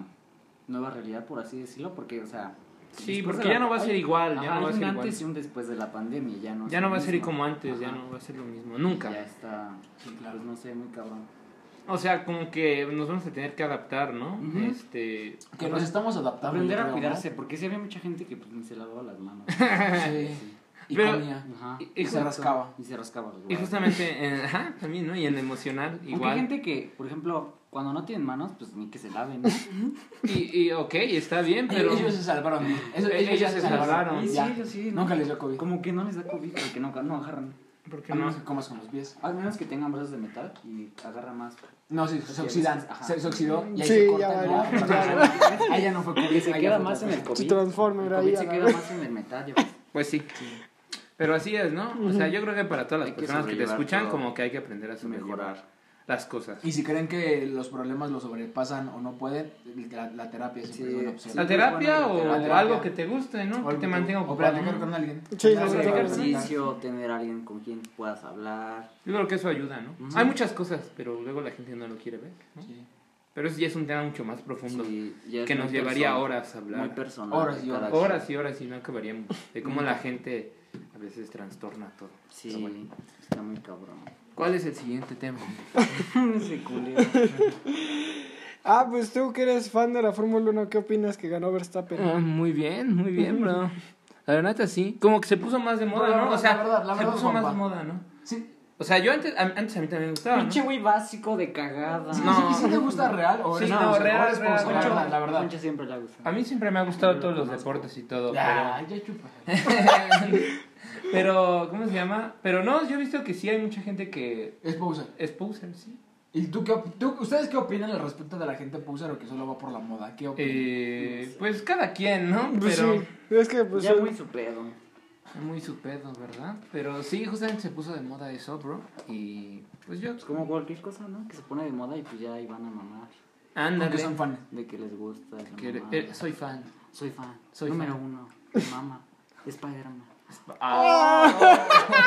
Speaker 2: nueva realidad, por así decirlo, porque, o sea... después
Speaker 3: sí,
Speaker 2: de
Speaker 3: porque
Speaker 2: la-
Speaker 3: ya no va a ser
Speaker 2: hay-
Speaker 3: igual, ya
Speaker 2: ajá,
Speaker 3: no va a
Speaker 2: hay
Speaker 3: ser
Speaker 2: un
Speaker 3: igual.
Speaker 2: antes y un después de la pandemia, ya no es
Speaker 3: Ya no
Speaker 2: lo
Speaker 3: va a ser
Speaker 2: mismo.
Speaker 3: como antes, ya
Speaker 2: Ajá.
Speaker 3: no va a ser lo mismo,
Speaker 2: Ya
Speaker 3: nunca.
Speaker 2: está, pues no sé, muy cabrón.
Speaker 3: O sea, como que nos vamos a tener que adaptar, ¿no?
Speaker 2: Ujú.
Speaker 3: Este,
Speaker 4: Que nos estamos adaptando.
Speaker 2: Aprender
Speaker 4: yo
Speaker 2: a
Speaker 4: creo, ¿no?
Speaker 2: cuidarse, porque sí había mucha gente que pues ni se lavaba las manos.
Speaker 4: Sí. Y
Speaker 3: Pero-
Speaker 4: comía.
Speaker 2: Ajá.
Speaker 3: Y-
Speaker 4: Y se
Speaker 3: Exacto.
Speaker 4: rascaba.
Speaker 2: Y se rascaba los
Speaker 3: Y
Speaker 2: huevos.
Speaker 3: justamente, en, ajá, también, ¿no? Y en emocional,
Speaker 2: Aunque
Speaker 3: igual.
Speaker 2: hay gente que, por ejemplo, cuando no tienen manos, pues ni que se laven, ¿no?
Speaker 3: Y, y, ok, está bien, pero...
Speaker 4: Ellos se salvaron. Eso-
Speaker 3: Eh, ellos
Speaker 4: ya
Speaker 3: se salvaron.
Speaker 2: Y sí,
Speaker 4: ya.
Speaker 2: ellos sí.
Speaker 4: Nunca les dio COVID.
Speaker 2: Como que no les da COVID porque no, no agarran.
Speaker 3: ¿Por qué
Speaker 4: A
Speaker 3: no?
Speaker 4: menos que comas con los pies.
Speaker 2: Al menos que tengan brazos de metal y agarra más.
Speaker 4: No, sí, se oxidan.
Speaker 2: Ajá.
Speaker 4: Se, se oxidó y ahí
Speaker 1: Sí,
Speaker 4: se
Speaker 1: ya
Speaker 4: cortan. ¿no?
Speaker 1: valió.
Speaker 4: Ahí ya no fue COVID.
Speaker 2: Que se
Speaker 4: ahí ya
Speaker 2: queda
Speaker 4: fue
Speaker 2: más en
Speaker 4: otra
Speaker 2: el
Speaker 4: cosa.
Speaker 2: COVID.
Speaker 1: Se transforma,
Speaker 2: El
Speaker 1: era
Speaker 2: COVID
Speaker 1: ahí,
Speaker 2: se
Speaker 1: agarra.
Speaker 2: queda más en el metal, ya ves.
Speaker 3: Pues sí. Pero así es, ¿no? O sea, yo creo que para todas las
Speaker 2: Hay que
Speaker 3: personas que, te
Speaker 2: sobrellevar
Speaker 3: escuchan,
Speaker 2: todo.
Speaker 3: como que hay que aprender a mejorar
Speaker 2: Mejorar.
Speaker 3: las cosas.
Speaker 4: Y si creen que los problemas los sobrepasan o no pueden, la, la terapia siempre es
Speaker 2: Sí.
Speaker 4: una opción.
Speaker 3: La
Speaker 2: Sí,
Speaker 3: terapia
Speaker 2: bueno,
Speaker 3: o
Speaker 4: la terapia.
Speaker 3: algo que te guste, ¿no? Que
Speaker 4: O algo
Speaker 3: te
Speaker 4: que-
Speaker 3: mantenga
Speaker 4: O
Speaker 3: ocupado.
Speaker 4: platicar con
Speaker 3: ¿no?
Speaker 4: alguien.
Speaker 1: Sí,
Speaker 4: Ya,
Speaker 1: sobre
Speaker 4: ya,
Speaker 1: todo.
Speaker 4: ya.
Speaker 2: ejercicio, tener a alguien con quien puedas hablar.
Speaker 3: Yo creo que eso ayuda, ¿no?
Speaker 2: Ujú.
Speaker 3: Hay muchas cosas, pero luego la gente no lo quiere ver, ¿no?
Speaker 4: Sí.
Speaker 3: Pero eso ya es un tema mucho más profundo
Speaker 2: Sí, ya es
Speaker 3: que nos
Speaker 2: muy
Speaker 3: llevaría
Speaker 2: personal,
Speaker 3: horas a hablar.
Speaker 2: Muy personal. Mm.
Speaker 4: Horas y
Speaker 2: de cada
Speaker 3: horas
Speaker 2: quien.
Speaker 3: y horas y no acabaríamos. De cómo la gente a veces trastorna todo. Pero bueno.
Speaker 2: Sí, está muy cabrón.
Speaker 3: ¿Cuál es el siguiente tema?
Speaker 2: Ese culero.
Speaker 1: Ah, pues tú que eres fan de la Fórmula 1, ¿qué opinas que ganó Verstappen?
Speaker 3: Ah, muy bien, muy bien, bro. La verdad, sí. Como que se puso más de moda, ¿no? O sea,
Speaker 4: La verdad, la
Speaker 3: se
Speaker 4: verdad,
Speaker 3: puso más
Speaker 4: Juanpa.
Speaker 3: de moda, ¿no?
Speaker 4: Sí,
Speaker 3: O sea, yo antes, a, antes a mí también me gustaba, ¿no?
Speaker 2: Pinche güey básico de cagada.
Speaker 4: sí,
Speaker 3: No.
Speaker 4: sí, sí te gusta real o
Speaker 3: Sí,
Speaker 4: eres
Speaker 3: no,
Speaker 4: conservador,
Speaker 3: real,
Speaker 4: eres
Speaker 3: real,
Speaker 4: conservador,
Speaker 3: real.
Speaker 4: la verdad, la verdad.
Speaker 2: Poncho siempre la gusta.
Speaker 3: A mí siempre me ha gustado todos los deportes y todo,
Speaker 4: Ya, ya chupa.
Speaker 3: pero... pero, ¿cómo se llama? Pero no, yo he visto que sí hay mucha gente que
Speaker 4: Es poser.
Speaker 3: es poser, sí.
Speaker 4: ¿Y tú qué op- tú- ustedes qué opinan al respecto de la gente poser o que solo va por la moda? ¿Qué opinan?
Speaker 3: Eh, pues cada quien, ¿no?
Speaker 1: Pues
Speaker 3: Pero...
Speaker 1: sí, es que pues
Speaker 2: ya
Speaker 1: él-
Speaker 2: muy su pedo.
Speaker 3: Muy su pedo, ¿verdad? Pero sí, justamente se puso de moda eso, bro. Y pues yo...
Speaker 2: Pues como cualquier cosa, ¿no? Que se pone de moda y pues ya ahí van a mamar.
Speaker 4: Porque
Speaker 3: Ándale.
Speaker 4: son fans.
Speaker 2: De que les gusta. la
Speaker 3: que-
Speaker 2: mamada.
Speaker 3: eh, soy fan.
Speaker 2: Soy fan.
Speaker 3: soy
Speaker 2: Número
Speaker 3: fan.
Speaker 2: uno. Mama. Spider-Man.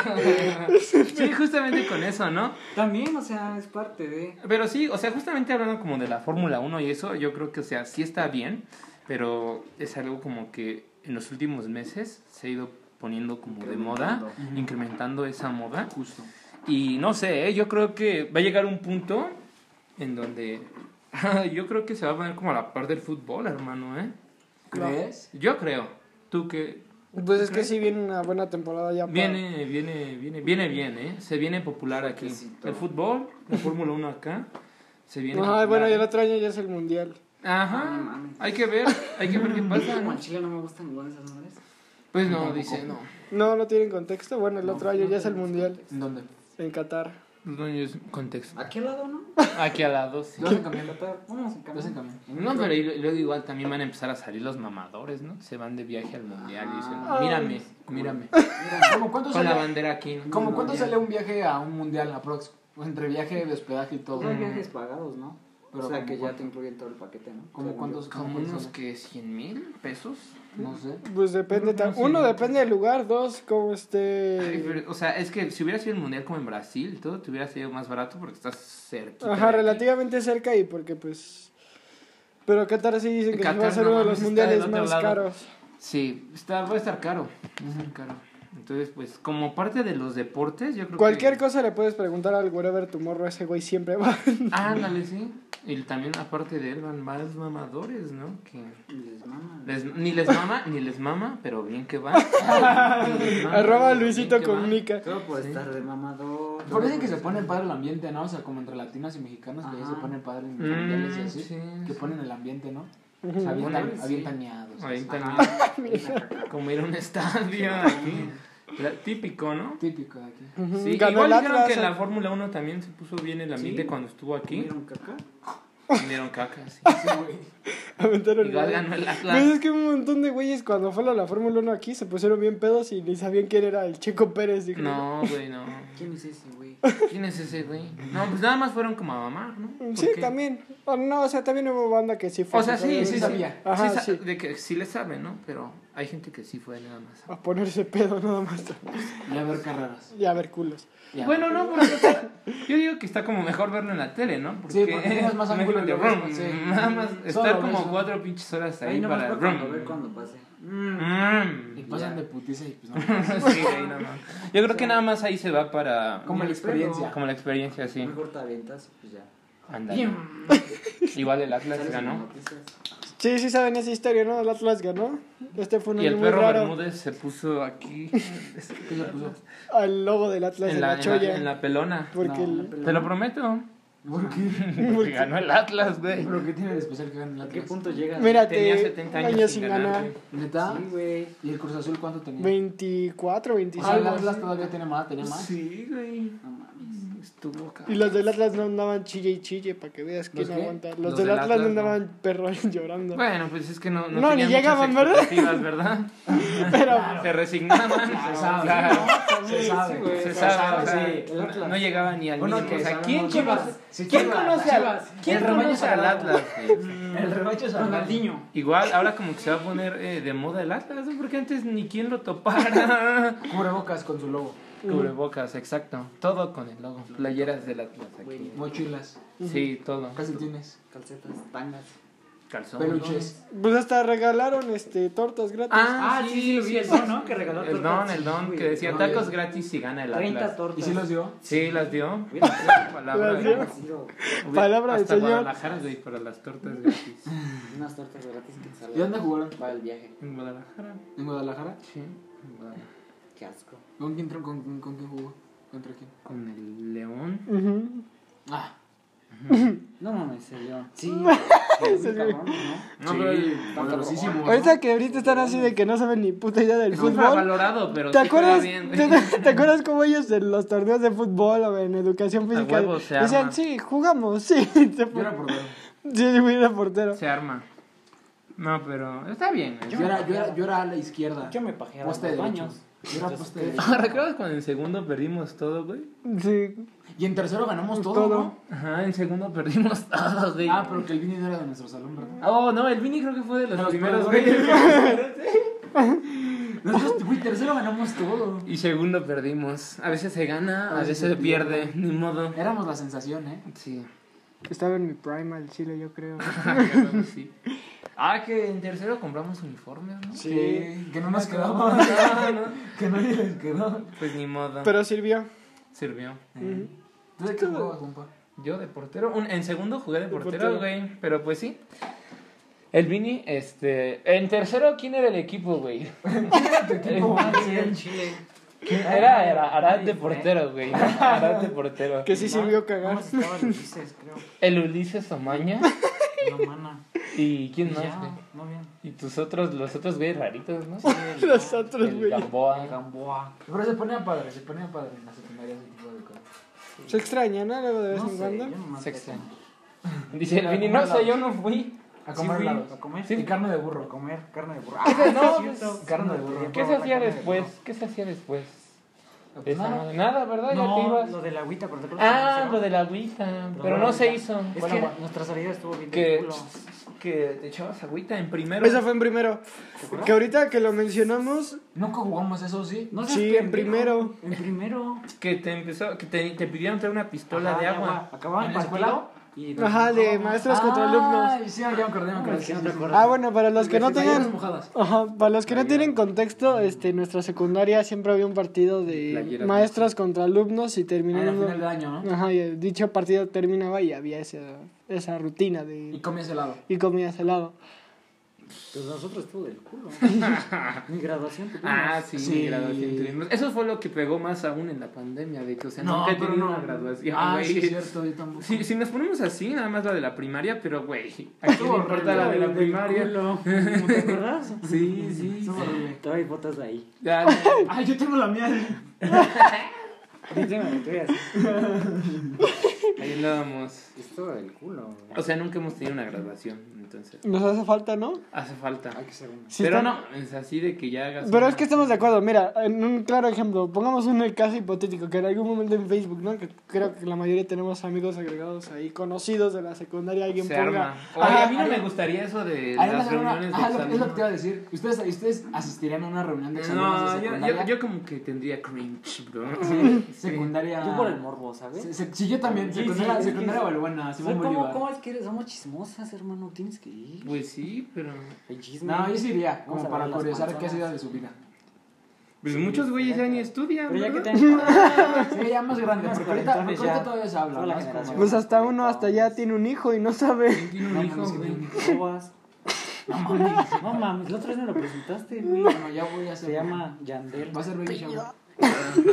Speaker 3: sí, justamente con eso, ¿no?
Speaker 2: También, o sea, es parte de.
Speaker 3: Pero sí, o sea, justamente hablando como de la Fórmula 1 y eso, yo creo que, o sea, sí está bien, pero es algo como que en los últimos meses se ha ido poniendo como de moda, incrementando esa moda.
Speaker 4: Justo.
Speaker 3: Y no sé, ¿eh? yo creo que va a llegar un punto en donde ah, yo creo que se va a poner como a la par del fútbol, hermano, ¿eh?
Speaker 4: ¿Crees?
Speaker 3: Yo creo. Tú que
Speaker 1: Pues es que sí viene una buena temporada ya. para-
Speaker 3: viene, viene, viene, viene bien, ¿eh? Se viene popular aquí.
Speaker 2: Fuertecito.
Speaker 3: El fútbol, la Fórmula 1 acá, Se viene.
Speaker 1: Ajá,
Speaker 3: popular.
Speaker 1: bueno, y el otro año ya es el mundial.
Speaker 3: Ajá,
Speaker 2: No mames.
Speaker 3: hay que ver, hay que ver qué pasa.
Speaker 2: Como
Speaker 3: ¿no?
Speaker 2: al chile no me gustan ninguna de esas madres.
Speaker 3: Pues no, dice, no.
Speaker 1: No, no tienen contexto. Bueno, el otro año ya es el mundial
Speaker 4: ¿En dónde?
Speaker 1: en Qatar.
Speaker 3: No es contexto.
Speaker 2: Aquí al lado, ¿no?
Speaker 3: Aquí a la 12.
Speaker 4: ¿Lo vas en camión, Qatar?
Speaker 2: Vamos en
Speaker 4: ¿Lo vas en
Speaker 2: camino.
Speaker 4: camión?
Speaker 3: No, pero y luego igual también van a empezar a salir los mamadores, ¿no? Se van de viaje al mundial y dicen,
Speaker 1: Ah.
Speaker 3: mírame, mírame.
Speaker 4: Mira, ¿cómo cuánto
Speaker 3: Con la
Speaker 4: sale,
Speaker 3: bandera aquí. ¿no?
Speaker 4: ¿cómo cuánto sale un viaje a un mundial aprox? Entre viaje, hospedaje y todo.
Speaker 2: Todos hay viajes pagados, ¿no?
Speaker 4: Pero
Speaker 2: o sea
Speaker 4: como
Speaker 2: que ya
Speaker 4: cuánto.
Speaker 2: te incluyen todo el paquete, ¿no?
Speaker 4: ¿Cómo
Speaker 2: Según
Speaker 4: cuántos?
Speaker 2: yo.
Speaker 4: cómo
Speaker 3: Como
Speaker 4: cuántos
Speaker 3: unos
Speaker 4: sale?
Speaker 3: que 100 mil pesos.
Speaker 4: No sé.
Speaker 1: Pues depende. ta- Uno, depende del lugar. Dos, como
Speaker 3: Ay,
Speaker 1: este.
Speaker 3: pero, o sea, es que si hubiera sido el mundial como en Brasil, todo te hubiera sido más barato porque estás cerca.
Speaker 1: Ajá, relativamente cerca y porque pues. Pero Qatar sí dicen que sí va a
Speaker 3: Qatar,
Speaker 1: ser
Speaker 3: no
Speaker 1: uno de los
Speaker 3: mames, está
Speaker 1: mundiales
Speaker 3: del otro
Speaker 1: más
Speaker 3: lado.
Speaker 1: caros.
Speaker 3: Sí, está, va a estar caro. Va a estar caro. Entonces, pues, como parte de los deportes, yo creo
Speaker 1: Cualquier
Speaker 3: que.
Speaker 1: cosa le puedes preguntar al Wherever Tomorrow, ese güey siempre va.
Speaker 3: Ah, Ándale, sí. Y también, aparte de él, van más mamadores, ¿no? Que
Speaker 2: Y les maman.
Speaker 3: les- ni les mama, ni les mama, pero bien que va. Ah,
Speaker 1: Arroba Luisito comunica.
Speaker 2: Todo por estar de mamador.
Speaker 4: Pero dicen que se pone padre el ambiente, ¿no? O sea, como entre latinos y mexicanos que ya se
Speaker 2: Ajá.
Speaker 4: ponen padre en los mundiales y
Speaker 3: Mm,
Speaker 4: así.
Speaker 3: sí,
Speaker 4: Que
Speaker 3: sí.
Speaker 4: ponen el ambiente, ¿no?
Speaker 1: Ujú.
Speaker 4: O sea, bien,
Speaker 3: Bueno,
Speaker 4: tan-
Speaker 3: sí.
Speaker 4: bien taneados.
Speaker 3: Ahí
Speaker 4: así.
Speaker 3: también.
Speaker 2: Ah, Mira.
Speaker 3: Como ir a un estadio aquí. La- típico, ¿no?
Speaker 4: Típico de aquí.
Speaker 1: Ujú,
Speaker 3: Sí,
Speaker 1: ganó
Speaker 3: igual
Speaker 1: el
Speaker 3: dijeron que
Speaker 1: Atlas. eh.
Speaker 3: la Fórmula 1 también se puso bien el ambiente
Speaker 2: Sí.
Speaker 3: cuando estuvo aquí.
Speaker 2: ¿Vieron caca?
Speaker 3: Dieron caca, sí.
Speaker 1: Aventaron
Speaker 3: Igual
Speaker 1: el-
Speaker 3: ganó el
Speaker 1: Pues
Speaker 3: Atlas.
Speaker 1: es que un montón de güeyes cuando fue la, la Fórmula 1 aquí se pusieron bien pedos y ni sabían quién era el Checo Pérez. dijo.
Speaker 3: No, güey, no.
Speaker 2: ¿Quién es ese, güey?
Speaker 3: ¿Quién es ese güey? No, pues nada más fueron como a mamar, ¿no? ¿Por
Speaker 1: Mm, Sí,
Speaker 3: qué?
Speaker 1: también. O no, o sea, también hubo banda que sí fue.
Speaker 3: O sea, sí, sí, sí.
Speaker 4: sabía.
Speaker 1: Ajá,
Speaker 3: sí, sa-
Speaker 1: sí.
Speaker 3: De que sí le saben, ¿no? Pero hay gente que sí fue nada más.
Speaker 1: A ponerse pedo nada más.
Speaker 4: Y a ver carreras.
Speaker 1: Y a ver culos.
Speaker 4: Ya.
Speaker 3: Bueno, no, pero o sea, yo digo que está como mejor verlo en la tele, ¿no?
Speaker 4: Sí, porque tienes más
Speaker 3: imagínate,
Speaker 4: ángulo de
Speaker 3: rum,
Speaker 4: vista, sí.
Speaker 3: Nada más estar
Speaker 4: Solo
Speaker 3: como
Speaker 4: eso.
Speaker 3: cuatro pinches horas ahí
Speaker 2: Ahí nomás para
Speaker 3: para el
Speaker 2: cuando ver
Speaker 3: rum.
Speaker 2: cuando pase.
Speaker 3: Mm,
Speaker 4: Y pasan
Speaker 3: ya.
Speaker 4: de putiza y pues no.
Speaker 3: Sí, ahí nada más. Yo creo que nada más ahí se va para.
Speaker 4: Como la experiencia.
Speaker 3: Como la experiencia, sí.
Speaker 2: Mejor te avientas, pues ya.
Speaker 3: Ándale. Igual el Atlas
Speaker 2: Sales en
Speaker 3: ganó.
Speaker 2: noticias.
Speaker 1: Sí, sí saben esa historia, ¿no? El Atlas ganó. Este fue un
Speaker 3: Y
Speaker 1: año
Speaker 3: el
Speaker 1: muy
Speaker 3: perro
Speaker 1: raro.
Speaker 3: Bermúdez se puso aquí.
Speaker 4: ¿Qué le puso?
Speaker 1: Al logo del Atlas
Speaker 3: en,
Speaker 1: en
Speaker 3: la,
Speaker 1: la,
Speaker 3: en la-
Speaker 1: cholla.
Speaker 3: en la pelona.
Speaker 1: Porque
Speaker 4: No,
Speaker 1: el-
Speaker 4: la
Speaker 3: Te lo prometo.
Speaker 4: ¿Por qué?
Speaker 3: Porque ganó el Atlas, güey.
Speaker 4: ¿Pero qué tiene de especial que gane el
Speaker 2: ¿A qué
Speaker 4: Atlas?
Speaker 2: punto llegas?
Speaker 1: Mira,
Speaker 3: Tenía
Speaker 1: te-
Speaker 3: 70 años, sin ganar. güey.
Speaker 4: ¿Neta?
Speaker 2: Sí, güey.
Speaker 4: ¿Y el Cruz Azul cuánto tenía?
Speaker 1: 24,
Speaker 4: O
Speaker 1: 25.
Speaker 4: sea, el Atlas todavía tiene más, tenía más.
Speaker 3: Sí, güey.
Speaker 2: No mames.
Speaker 3: Estuvo cabrón.
Speaker 1: Y los del Atlas no andaban chille y chille para que veas quién
Speaker 4: qué?
Speaker 1: aguanta. Los,
Speaker 3: Los
Speaker 1: del,
Speaker 3: del
Speaker 1: Atlas,
Speaker 3: Atlas
Speaker 1: no
Speaker 3: no.
Speaker 1: andaban perros llorando.
Speaker 3: Bueno, pues es que no, no,
Speaker 1: No, ni
Speaker 3: tenían
Speaker 1: llegaban,
Speaker 3: muchas
Speaker 1: ¿verdad?
Speaker 3: expectativas, ¿verdad?
Speaker 1: Pero
Speaker 3: Se resignaban.
Speaker 4: Se sabe.
Speaker 3: Claro.
Speaker 4: Se sabe.
Speaker 2: Sí, güey.
Speaker 3: Se
Speaker 2: Se
Speaker 3: sabe, o
Speaker 2: sabe,
Speaker 3: sea,
Speaker 2: sí, el
Speaker 3: no,
Speaker 2: Atlas.
Speaker 3: no llegaba ni al
Speaker 4: Bueno,
Speaker 3: mínimo.
Speaker 4: que
Speaker 3: O sea,
Speaker 4: sabemos
Speaker 3: ¿quién
Speaker 4: Chivas.
Speaker 3: conoce,
Speaker 4: Sí,
Speaker 3: ¿quién
Speaker 4: Chivas,
Speaker 3: conoce, al,
Speaker 4: Chivas.
Speaker 3: ¿quién
Speaker 4: El rebaño
Speaker 3: conoce al
Speaker 4: sagrado.
Speaker 3: Atlas? güey?
Speaker 4: El rebaño es
Speaker 2: Ronaldinho.
Speaker 3: Igual, ahora como que se va a poner eh, de moda el Atlas, ¿no? porque antes ni quien lo topara. Uh.
Speaker 4: Mm. Cubrebocas con su logo.
Speaker 3: Cubrebocas, exacto. Todo con el logo. Playeras del Atlas aquí.
Speaker 2: Güey.
Speaker 4: Mochilas.
Speaker 3: Sí, todo.
Speaker 4: Calcetines.
Speaker 2: Calcetas, tangas.
Speaker 3: Calzón.
Speaker 4: Peluches.
Speaker 1: pues hasta regalaron este tortas gratis.
Speaker 3: Ah, sí, sí, sí,
Speaker 2: el don, ¿no? Que regaló
Speaker 3: El
Speaker 2: tortas.
Speaker 3: don, el don,
Speaker 2: Güey,
Speaker 3: que decía
Speaker 4: no,
Speaker 3: tacos
Speaker 4: güey.
Speaker 3: gratis si gana el
Speaker 2: 30
Speaker 3: Atlas.
Speaker 2: tortas.
Speaker 4: ¿Y si los dio?
Speaker 3: Sí, las dio.
Speaker 2: Mira,
Speaker 3: Palabra
Speaker 1: Las
Speaker 3: de-
Speaker 1: dio.
Speaker 2: sido
Speaker 3: Hubiera-
Speaker 1: Palabra del
Speaker 3: hasta
Speaker 1: señor.
Speaker 3: Guadalajara, güey, para las tortas gratis.
Speaker 2: Unas tortas gratis que te
Speaker 4: ¿Y
Speaker 2: salgan.
Speaker 4: dónde jugaron?
Speaker 2: Para el viaje.
Speaker 3: En Guadalajara.
Speaker 4: ¿En Guadalajara?
Speaker 3: Sí, en Guadalajara.
Speaker 2: Qué asco.
Speaker 4: ¿Con quién, tron- con, con- con quién jugó? ¿Contra quién?
Speaker 3: Con el león.
Speaker 1: Ujú.
Speaker 4: Ah,
Speaker 2: No mames, se dio. Sí,
Speaker 1: Se
Speaker 2: se
Speaker 1: dio.
Speaker 2: cabrón, ¿no?
Speaker 3: No, pero el-
Speaker 4: poderosísimo.
Speaker 1: Ahorita que ahorita están así de que no saben ni puta idea del
Speaker 3: Es
Speaker 1: fútbol.
Speaker 3: infravalorado, pero
Speaker 1: ¿Te
Speaker 3: sí juega
Speaker 1: acuerdas,
Speaker 3: bien.
Speaker 1: te, te acuerdas cómo ellos en los torneos de fútbol o en educación física
Speaker 3: huevo se
Speaker 1: decían,
Speaker 3: arma.
Speaker 1: sí, jugamos, sí. Se
Speaker 4: Yo
Speaker 1: fue-
Speaker 4: era portero.
Speaker 1: Sí, yo era portero.
Speaker 3: Se arma. No, pero está bien.
Speaker 4: Yo era, yo era, yo era a la izquierda.
Speaker 2: Yo me pajeaba
Speaker 4: Poste
Speaker 2: en los
Speaker 4: derecho.
Speaker 2: baños.
Speaker 4: Yo era poste derecho.
Speaker 3: ¿Recuerdas cuando en segundo perdimos todo, güey?
Speaker 1: Sí.
Speaker 4: Y en tercero ganamos todo,
Speaker 1: Todo.
Speaker 4: ¿no?
Speaker 3: Ajá, en segundo perdimos todo, güey.
Speaker 4: Ah, pero que el Vini no era de nuestro salón, ¿verdad?
Speaker 3: Oh, no, el Vini creo que fue de los,
Speaker 4: De los
Speaker 3: primeros,
Speaker 4: primeros,
Speaker 3: güey.
Speaker 4: Nosotros, güey, tercero ganamos todo.
Speaker 3: Y segundo perdimos. A veces se gana, a
Speaker 4: A
Speaker 3: veces se
Speaker 4: veces se
Speaker 3: pierde, ni modo.
Speaker 4: Éramos la sensación, ¿eh?
Speaker 3: Sí.
Speaker 1: Estaba en mi prime al chile, yo creo.
Speaker 3: sí. Ah, que en tercero compramos uniformes, ¿no?
Speaker 1: Sí.
Speaker 4: Que, que no nos quedaba. que nadie les quedó.
Speaker 3: Pues ni modo.
Speaker 1: Pero sirvió.
Speaker 3: Sirvió.
Speaker 1: Ujú.
Speaker 4: ¿Tú de qué jugabas, compa?
Speaker 3: Yo de portero. un- en segundo jugué de
Speaker 1: De
Speaker 3: portero,
Speaker 1: portero.
Speaker 3: güey. Pero pues sí. El Vini, este. En tercero, ¿quién era el equipo, güey?
Speaker 4: Tu equipo.
Speaker 2: Sí, en Chile.
Speaker 5: Era, era Arad de portero, güey. Arad de portero.
Speaker 1: Que sí sirvió cagar.
Speaker 2: No, estaba Ulises, creo.
Speaker 5: El Ulises Omaña.
Speaker 2: No, mana.
Speaker 5: ¿Y quién
Speaker 2: Y
Speaker 5: más,
Speaker 2: ya,
Speaker 5: güey?
Speaker 2: No bien.
Speaker 5: Y tus otros, los otros güeyes raritos, ¿no?
Speaker 2: Sí, el-
Speaker 1: Los otros,
Speaker 5: El
Speaker 1: güey.
Speaker 2: el
Speaker 5: Gamboa.
Speaker 2: Gamboa.
Speaker 4: Pero se ponía padre, se ponía padre en la secundaria ese tipo de cosas.
Speaker 1: Se extraña, ¿no? Luego de vez
Speaker 2: No
Speaker 1: en
Speaker 2: sé,
Speaker 1: cuando.
Speaker 2: yo nomás
Speaker 5: Se
Speaker 2: sé
Speaker 5: extraña.
Speaker 2: cómo.
Speaker 5: Dice el Vini, no sé, yo no fui.
Speaker 4: A
Speaker 2: Sí
Speaker 4: comer
Speaker 2: fui
Speaker 4: helados.
Speaker 2: a comer.
Speaker 5: Sí.
Speaker 4: Y carne de burro.
Speaker 2: A comer carne de burro.
Speaker 5: No,
Speaker 2: sí,
Speaker 5: pues,
Speaker 2: cierto.
Speaker 4: carne de burro.
Speaker 5: ¿Qué se hacía después? ¿qué se hacía después? Esa madre. Nada, ¿verdad? Ya te
Speaker 2: No,
Speaker 5: ibas.
Speaker 2: lo de la agüita, pero te acuerdas que
Speaker 5: Ah,
Speaker 2: hicieron?
Speaker 5: lo de la agüita. Pero no se hizo.
Speaker 2: Es
Speaker 5: Bueno,
Speaker 2: que
Speaker 5: bueno.
Speaker 2: nuestra salida estuvo bien de
Speaker 5: que,
Speaker 2: culo.
Speaker 5: que te echabas agüita en primero.
Speaker 1: Esa fue en primero. Que ahorita que lo mencionamos,
Speaker 4: Nunca jugamos eso, sí.
Speaker 2: No seas
Speaker 1: sí, en
Speaker 2: pendejo.
Speaker 1: primero.
Speaker 2: En primero.
Speaker 5: Que te empezó, que te, te pidieron traer una pistola
Speaker 2: Ajá,
Speaker 5: de agua.
Speaker 2: Acababan
Speaker 4: ¿En
Speaker 2: el
Speaker 4: la
Speaker 2: partido. Y nos
Speaker 1: Ajá, de
Speaker 2: empujábamos.
Speaker 1: maestros contra alumnos.
Speaker 4: Ay, sí, ya me acordé, me acordé.
Speaker 2: Hombre,
Speaker 4: sí,
Speaker 2: que no
Speaker 4: sí,
Speaker 2: te
Speaker 4: sí.
Speaker 2: acuerdas.
Speaker 1: Ah, bueno, para los que no
Speaker 4: Las galletas
Speaker 1: tengan.
Speaker 4: mojadas.
Speaker 1: Ajá, para los que no tienen contexto, este, en nuestra secundaria siempre había un partido de
Speaker 3: Playeras,
Speaker 1: maestros contra alumnos y
Speaker 4: Ah, Era final de
Speaker 1: terminando.
Speaker 4: año, ¿no?
Speaker 1: Ajá, y dicho partido terminaba y había esa, esa rutina
Speaker 4: Y
Speaker 1: de.
Speaker 4: comías helado.
Speaker 1: Y comías helado.
Speaker 2: Pues nosotros estuvo del culo. Mi graduación tuvimos.
Speaker 3: Ah, sí,
Speaker 4: Sí.
Speaker 3: graduación tuvimos. Eso fue lo que pegó más aún en la pandemia, de que, o sea,
Speaker 4: No,
Speaker 3: nunca he
Speaker 4: pero
Speaker 3: tenido
Speaker 4: no.
Speaker 3: una graduación,
Speaker 4: Ah,
Speaker 3: güey.
Speaker 4: sí, es cierto, yo tampoco.
Speaker 3: Si, si nos ponemos así, nada más la de la primaria, pero güey, ¿a quién le importa la de la primaria?
Speaker 2: ¿Te acuerdas?
Speaker 3: Sí, sí.
Speaker 4: Estuvo horrible.
Speaker 2: Todavía hay botas ahí.
Speaker 3: Ya,
Speaker 4: Ay, Ah, yo tengo la mía.
Speaker 2: Dice, me metí así.
Speaker 3: ahí andábamos.
Speaker 2: Estuvo del culo.
Speaker 3: O sea, nunca hemos tenido una graduación, entonces
Speaker 1: Nos hace falta, ¿no?
Speaker 3: hace falta.
Speaker 2: Hay que ser uno.
Speaker 1: Sí
Speaker 3: pero
Speaker 1: está-
Speaker 3: no, es así de que ya hagas.
Speaker 1: Pero
Speaker 3: una-
Speaker 1: es que estamos de acuerdo, mira, en un claro ejemplo, pongamos un caso hipotético, que en algún momento en Facebook, ¿no? Que creo que la mayoría tenemos amigos agregados ahí, conocidos de la secundaria, alguien
Speaker 3: se
Speaker 1: ponga... "Ah,
Speaker 3: arma. Oye, a mí no me gustaría eso de
Speaker 4: Ahí me
Speaker 3: las
Speaker 4: salió una-
Speaker 3: reuniones de
Speaker 4: Ah, lo- es lo que
Speaker 3: examen.
Speaker 4: te iba a decir. ¿Ustedes, ¿Ustedes asistirían a una reunión de exámenes
Speaker 3: No,
Speaker 4: de
Speaker 3: yo,
Speaker 4: secundaria?
Speaker 3: yo, yo como que tendría cringe, bro.
Speaker 4: Secundaria.
Speaker 2: Tú por el morbo, ¿sabes?
Speaker 4: Se- se- Ah. Sí, yo también.
Speaker 2: Sí,
Speaker 4: Secundaria,
Speaker 2: sí, es que-
Speaker 4: secundaria Valbuena,
Speaker 2: O sea,
Speaker 4: Simón
Speaker 2: ¿cómo,
Speaker 4: Bolívar.
Speaker 2: ¿Cómo es que eres? Somos chismosas, hermano. Tienes que ir.
Speaker 3: Pues sí, pero.
Speaker 2: Hay chisme.
Speaker 4: No, yo sí iría,
Speaker 2: Vamos
Speaker 4: como
Speaker 2: a
Speaker 4: para
Speaker 2: ver las
Speaker 4: curiosar qué ha
Speaker 2: manzanas.
Speaker 4: sido de su vida.
Speaker 3: Pues muchos güeyes ya ni estudian.
Speaker 2: Pero ya que
Speaker 3: ¿verdad?
Speaker 2: tenemos.
Speaker 4: Sí, ya más grande,
Speaker 2: Unos
Speaker 4: porque ahorita, porque
Speaker 2: cuarentones
Speaker 4: ahorita
Speaker 2: ya.
Speaker 4: todavía se habla.
Speaker 2: Toda la
Speaker 4: ¿no? Es como-
Speaker 2: generación.
Speaker 1: Pues hasta uno hasta ya tiene un hijo y no sabe.
Speaker 3: Tiene un
Speaker 4: No,
Speaker 3: hijo,
Speaker 4: mames, que
Speaker 3: güey.
Speaker 4: tiene un
Speaker 2: Bobas. No mames. No mames. La otra vez me lo presentaste, güey.
Speaker 4: Bueno, ya voy a hacer.
Speaker 2: Se llama Yandel.
Speaker 4: Va a ser baby shower.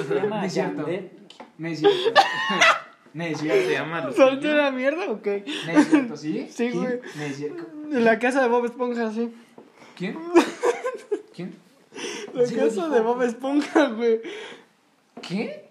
Speaker 2: Se llama
Speaker 4: Es cierto.
Speaker 2: Yandel.
Speaker 4: No es cierto. No es
Speaker 3: Se
Speaker 4: cierto.
Speaker 3: llama
Speaker 1: ¿Salte la mierda o qué?
Speaker 4: No es cierto, ¿sí?
Speaker 1: Sí, güey.
Speaker 4: No es cierto.
Speaker 1: En la casa de Bob Esponja, sí.
Speaker 3: ¿Quién? ¿Quién?
Speaker 1: La
Speaker 4: Sí, lo
Speaker 1: casa
Speaker 4: dijo.
Speaker 1: de Bob Esponja, güey.
Speaker 3: ¿Qué?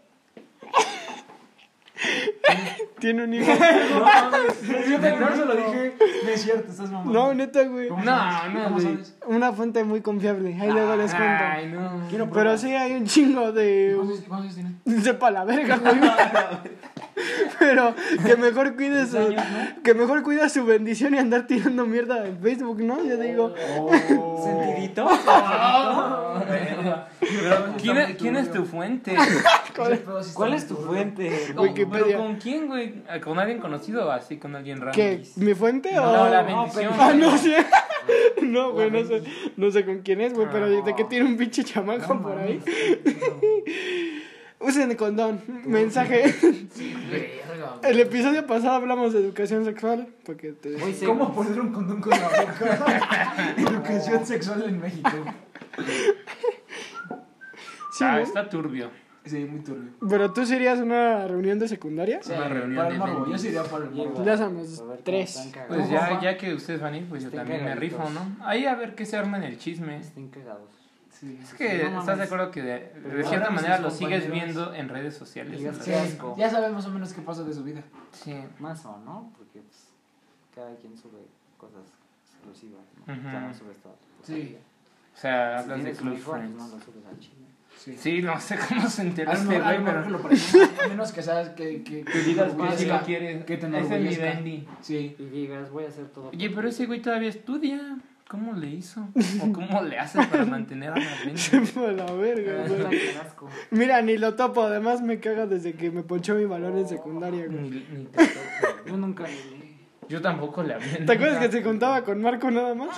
Speaker 1: Tiene un hijo.
Speaker 4: Yo te no se lo dije. No es cierto, estás mamando.
Speaker 1: No, neta, güey.
Speaker 4: ¿Cómo
Speaker 3: No,
Speaker 4: sabes?
Speaker 3: no,
Speaker 4: ¿Cómo
Speaker 3: güey.
Speaker 4: sabes?
Speaker 1: Una fuente muy confiable. Ahí luego les cuento.
Speaker 3: Ay, no.
Speaker 2: Quiero probar.
Speaker 1: Pero sí hay un chingo de...
Speaker 4: ¿Cuántos cuántos años tiene?
Speaker 1: Sepa la verga, güey. Pero que mejor cuide su. Que mejor cuida su bendición y andar tirando mierda en Facebook, ¿no? Yo digo.
Speaker 3: oh.
Speaker 2: ¿Sentidito?
Speaker 3: ¿Quién, es- quién es tu fuente?
Speaker 2: ¿Cuál es tu fuente?
Speaker 1: Güey, qué-
Speaker 2: hermano?
Speaker 1: Wikipedia.
Speaker 3: ¿Pero con quién, güey? Ah, ¿Con alguien conocido o así? ¿Con alguien raro?
Speaker 1: ¿Qué? ¿Mi fuente o.?
Speaker 3: No, la
Speaker 2: No,
Speaker 3: bendición.
Speaker 1: Ah, no sé. No, güey, no sé. No sé con quién es, güey, pero
Speaker 3: No.
Speaker 1: de que tiene un pinche chamaco por ahí. Usen condón. Mensaje. El episodio pasado hablamos de educación sexual. Porque te.
Speaker 2: Hoy se-
Speaker 4: ¿Cómo poner un condón con la boca? Educación sexual en México.
Speaker 1: Sí,
Speaker 3: Ah,
Speaker 1: ¿no?
Speaker 3: está turbio.
Speaker 4: Sí, muy turbio.
Speaker 1: Pero tú serías a una reunión de secundaria.
Speaker 3: Una reunión
Speaker 4: para
Speaker 3: de
Speaker 4: el morbo. Yo
Speaker 3: bendis.
Speaker 4: sí iría para el morbo.
Speaker 1: Ya somos
Speaker 2: A ver cómo
Speaker 1: tres.
Speaker 2: están cagados.
Speaker 3: Pues ya, ya que ustedes van a ir, pues yo
Speaker 2: Estén
Speaker 3: también me
Speaker 2: cagaditos.
Speaker 3: rifo, ¿no? Ahí a ver qué se arma en el chisme.
Speaker 2: Estén cagados.
Speaker 4: Sí.
Speaker 3: Es que,
Speaker 2: No
Speaker 3: ¿estás de
Speaker 2: mames.
Speaker 3: acuerdo que de, de
Speaker 4: Pero
Speaker 3: cierta
Speaker 4: ahora
Speaker 3: manera lo
Speaker 4: nuestros
Speaker 3: sigues
Speaker 4: compañeros-
Speaker 3: viendo en redes sociales?
Speaker 2: Digas,
Speaker 3: en
Speaker 4: Sí,
Speaker 2: Qué
Speaker 3: realidad?
Speaker 2: asco.
Speaker 4: ya sabes más o menos qué pasa de su vida.
Speaker 3: Sí.
Speaker 2: Más o no, porque pues, cada quien sube cosas exclusivas. ¿no?
Speaker 3: Ujú.
Speaker 2: O sea, no subes todo.
Speaker 4: Sí.
Speaker 3: O sea,
Speaker 2: Si
Speaker 3: hablas de
Speaker 2: tienes un
Speaker 3: Close
Speaker 2: hijo, pues, no
Speaker 3: Friends.
Speaker 2: lo subes al chile.
Speaker 4: Sí.
Speaker 3: Sí, no sé cómo se enteró
Speaker 4: A lo
Speaker 3: este
Speaker 4: mejor- a lo
Speaker 3: güey,
Speaker 4: mejor que
Speaker 3: pero...
Speaker 4: lo parezca, a menos que sabes que... que, que
Speaker 3: Que digas que
Speaker 4: te
Speaker 3: sí lo
Speaker 4: enorgullezca.
Speaker 3: quieres.
Speaker 4: Que te
Speaker 3: Ese es mi
Speaker 4: enorgullezca.
Speaker 3: dandy.
Speaker 4: Sí.
Speaker 2: Y digas, voy a hacer todo.
Speaker 3: Oye,
Speaker 2: por
Speaker 3: pero
Speaker 2: ti.
Speaker 3: ese güey todavía estudia. ¿Cómo le hizo? ¿O cómo le hace para mantener a las ventas?
Speaker 1: Sepa la verga,
Speaker 2: Ah,
Speaker 1: güey.
Speaker 2: está bien asco.
Speaker 1: Mira, ni lo topo, además me caga desde que me ponchó mi balón en secundaria, güey.
Speaker 3: Ni, ni te toco.
Speaker 2: Yo nunca le leí.
Speaker 3: Yo tampoco le hablé.
Speaker 2: Mm.
Speaker 1: ¿Te acuerdas que se juntaba con Marco nada más?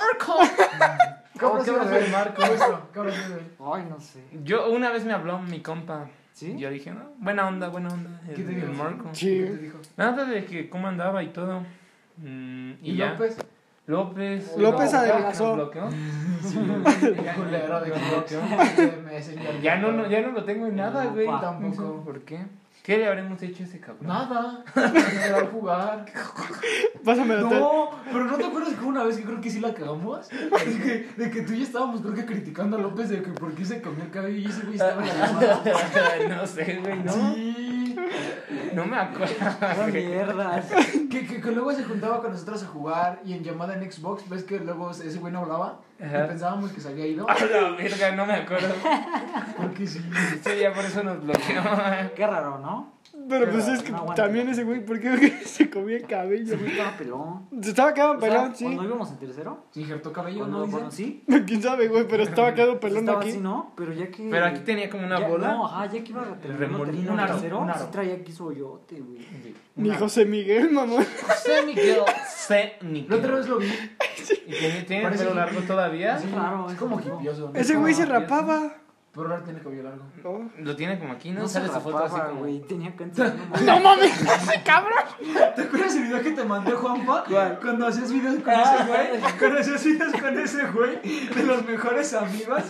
Speaker 4: ¿Cómo se ve el marco eso? ¿Cómo se ve?
Speaker 2: Ay, no sé.
Speaker 3: Yo una vez me habló mi compa.
Speaker 2: ¿Sí?
Speaker 3: Yo dije, no, buena onda, buena onda. El,
Speaker 4: ¿Qué te
Speaker 3: el
Speaker 4: dijo?
Speaker 3: Marco.
Speaker 1: Sí.
Speaker 4: ¿Qué te dijo?
Speaker 3: Nada de que cómo andaba y todo. Mm, y,
Speaker 4: ¿Y
Speaker 3: ya.
Speaker 4: López?
Speaker 3: López.
Speaker 1: López
Speaker 3: no,
Speaker 1: adelgazó.
Speaker 3: bloqueó.
Speaker 4: culero de bloqueo.
Speaker 3: Ya no, no- ya no lo tengo en nada,
Speaker 2: No,
Speaker 3: güey.
Speaker 2: pa.
Speaker 3: Tampoco. ¿Por qué? ¿Qué le habremos hecho a ese cabrón?
Speaker 4: Nada. Se va a jugar.
Speaker 1: Pásame la tele.
Speaker 4: No, pero ¿no te acuerdas que una vez que creo que sí la cagamos? De que, de que tú y yo estábamos creo que criticando a López de que por qué se cambió el cabello y ese güey estaba en la llamada.
Speaker 3: no sé, güey, no.
Speaker 4: Sí.
Speaker 3: No me acuerdo.
Speaker 2: Ah, mierdas.
Speaker 4: Que, que, que luego se juntaba con nosotros a jugar y en llamada en Xbox, ¿ves que luego ese güey no hablaba?
Speaker 3: Ajá.
Speaker 4: Y pensábamos que se había ido.
Speaker 3: A la verga, no me acuerdo.
Speaker 4: Porque sí.
Speaker 3: Sí, ya por eso nos bloqueó.
Speaker 2: Qué raro, ¿no?
Speaker 1: Pero pues es que
Speaker 2: No aguanta.
Speaker 1: también ese güey, ¿por qué se comía el
Speaker 2: Ese
Speaker 1: cabello?
Speaker 2: güey estaba pelón.
Speaker 1: Se estaba
Speaker 4: Ah,
Speaker 1: quedando
Speaker 2: O sea,
Speaker 1: pelón, sí.
Speaker 2: Cuando íbamos en tercero,
Speaker 4: Se injertó cabello,
Speaker 2: cuando,
Speaker 4: ¿no? Dice.
Speaker 2: cuando sí, pues
Speaker 1: Quién sabe, güey, pero estaba quedando pelón
Speaker 2: estaba
Speaker 1: aquí.
Speaker 2: así, ¿no? Pero ya que.
Speaker 3: Pero aquí tenía como una
Speaker 2: ya-
Speaker 3: bola.
Speaker 2: No, ajá, ya que iba a terminar
Speaker 3: remolino,
Speaker 2: terminó
Speaker 3: un aro,
Speaker 2: tercero,
Speaker 3: un aro.
Speaker 2: sí traía aquí su hoyote, güey.
Speaker 1: Ni
Speaker 2: Una-
Speaker 1: José Miguel, mamá.
Speaker 4: José Miguel.
Speaker 3: Sé ni
Speaker 4: La otra
Speaker 3: qué.
Speaker 4: vez lo vi.
Speaker 3: ¿Y tiene, tiene el
Speaker 4: Parece
Speaker 3: pelo
Speaker 4: que-
Speaker 3: largo todavía?
Speaker 4: Sí,
Speaker 2: raro,
Speaker 4: es
Speaker 2: es
Speaker 4: como
Speaker 2: raro.
Speaker 4: hipioso.
Speaker 1: Ese güey se rapaba.
Speaker 4: Pero ahora tiene cabello largo.
Speaker 1: Oh.
Speaker 3: Lo tiene como aquí, ¿no?
Speaker 2: No se
Speaker 3: Sale su foto así
Speaker 2: rapaba,
Speaker 3: como...
Speaker 2: güey. Tenía cáncer. no mames.
Speaker 1: No mames, ese cabrón.
Speaker 4: ¿Te acuerdas el video que te mandé, Juanpa? Cuando hacías videos con
Speaker 1: Ah.
Speaker 4: ese güey. Cuando hacías videos con ese güey. De los mejores amigos.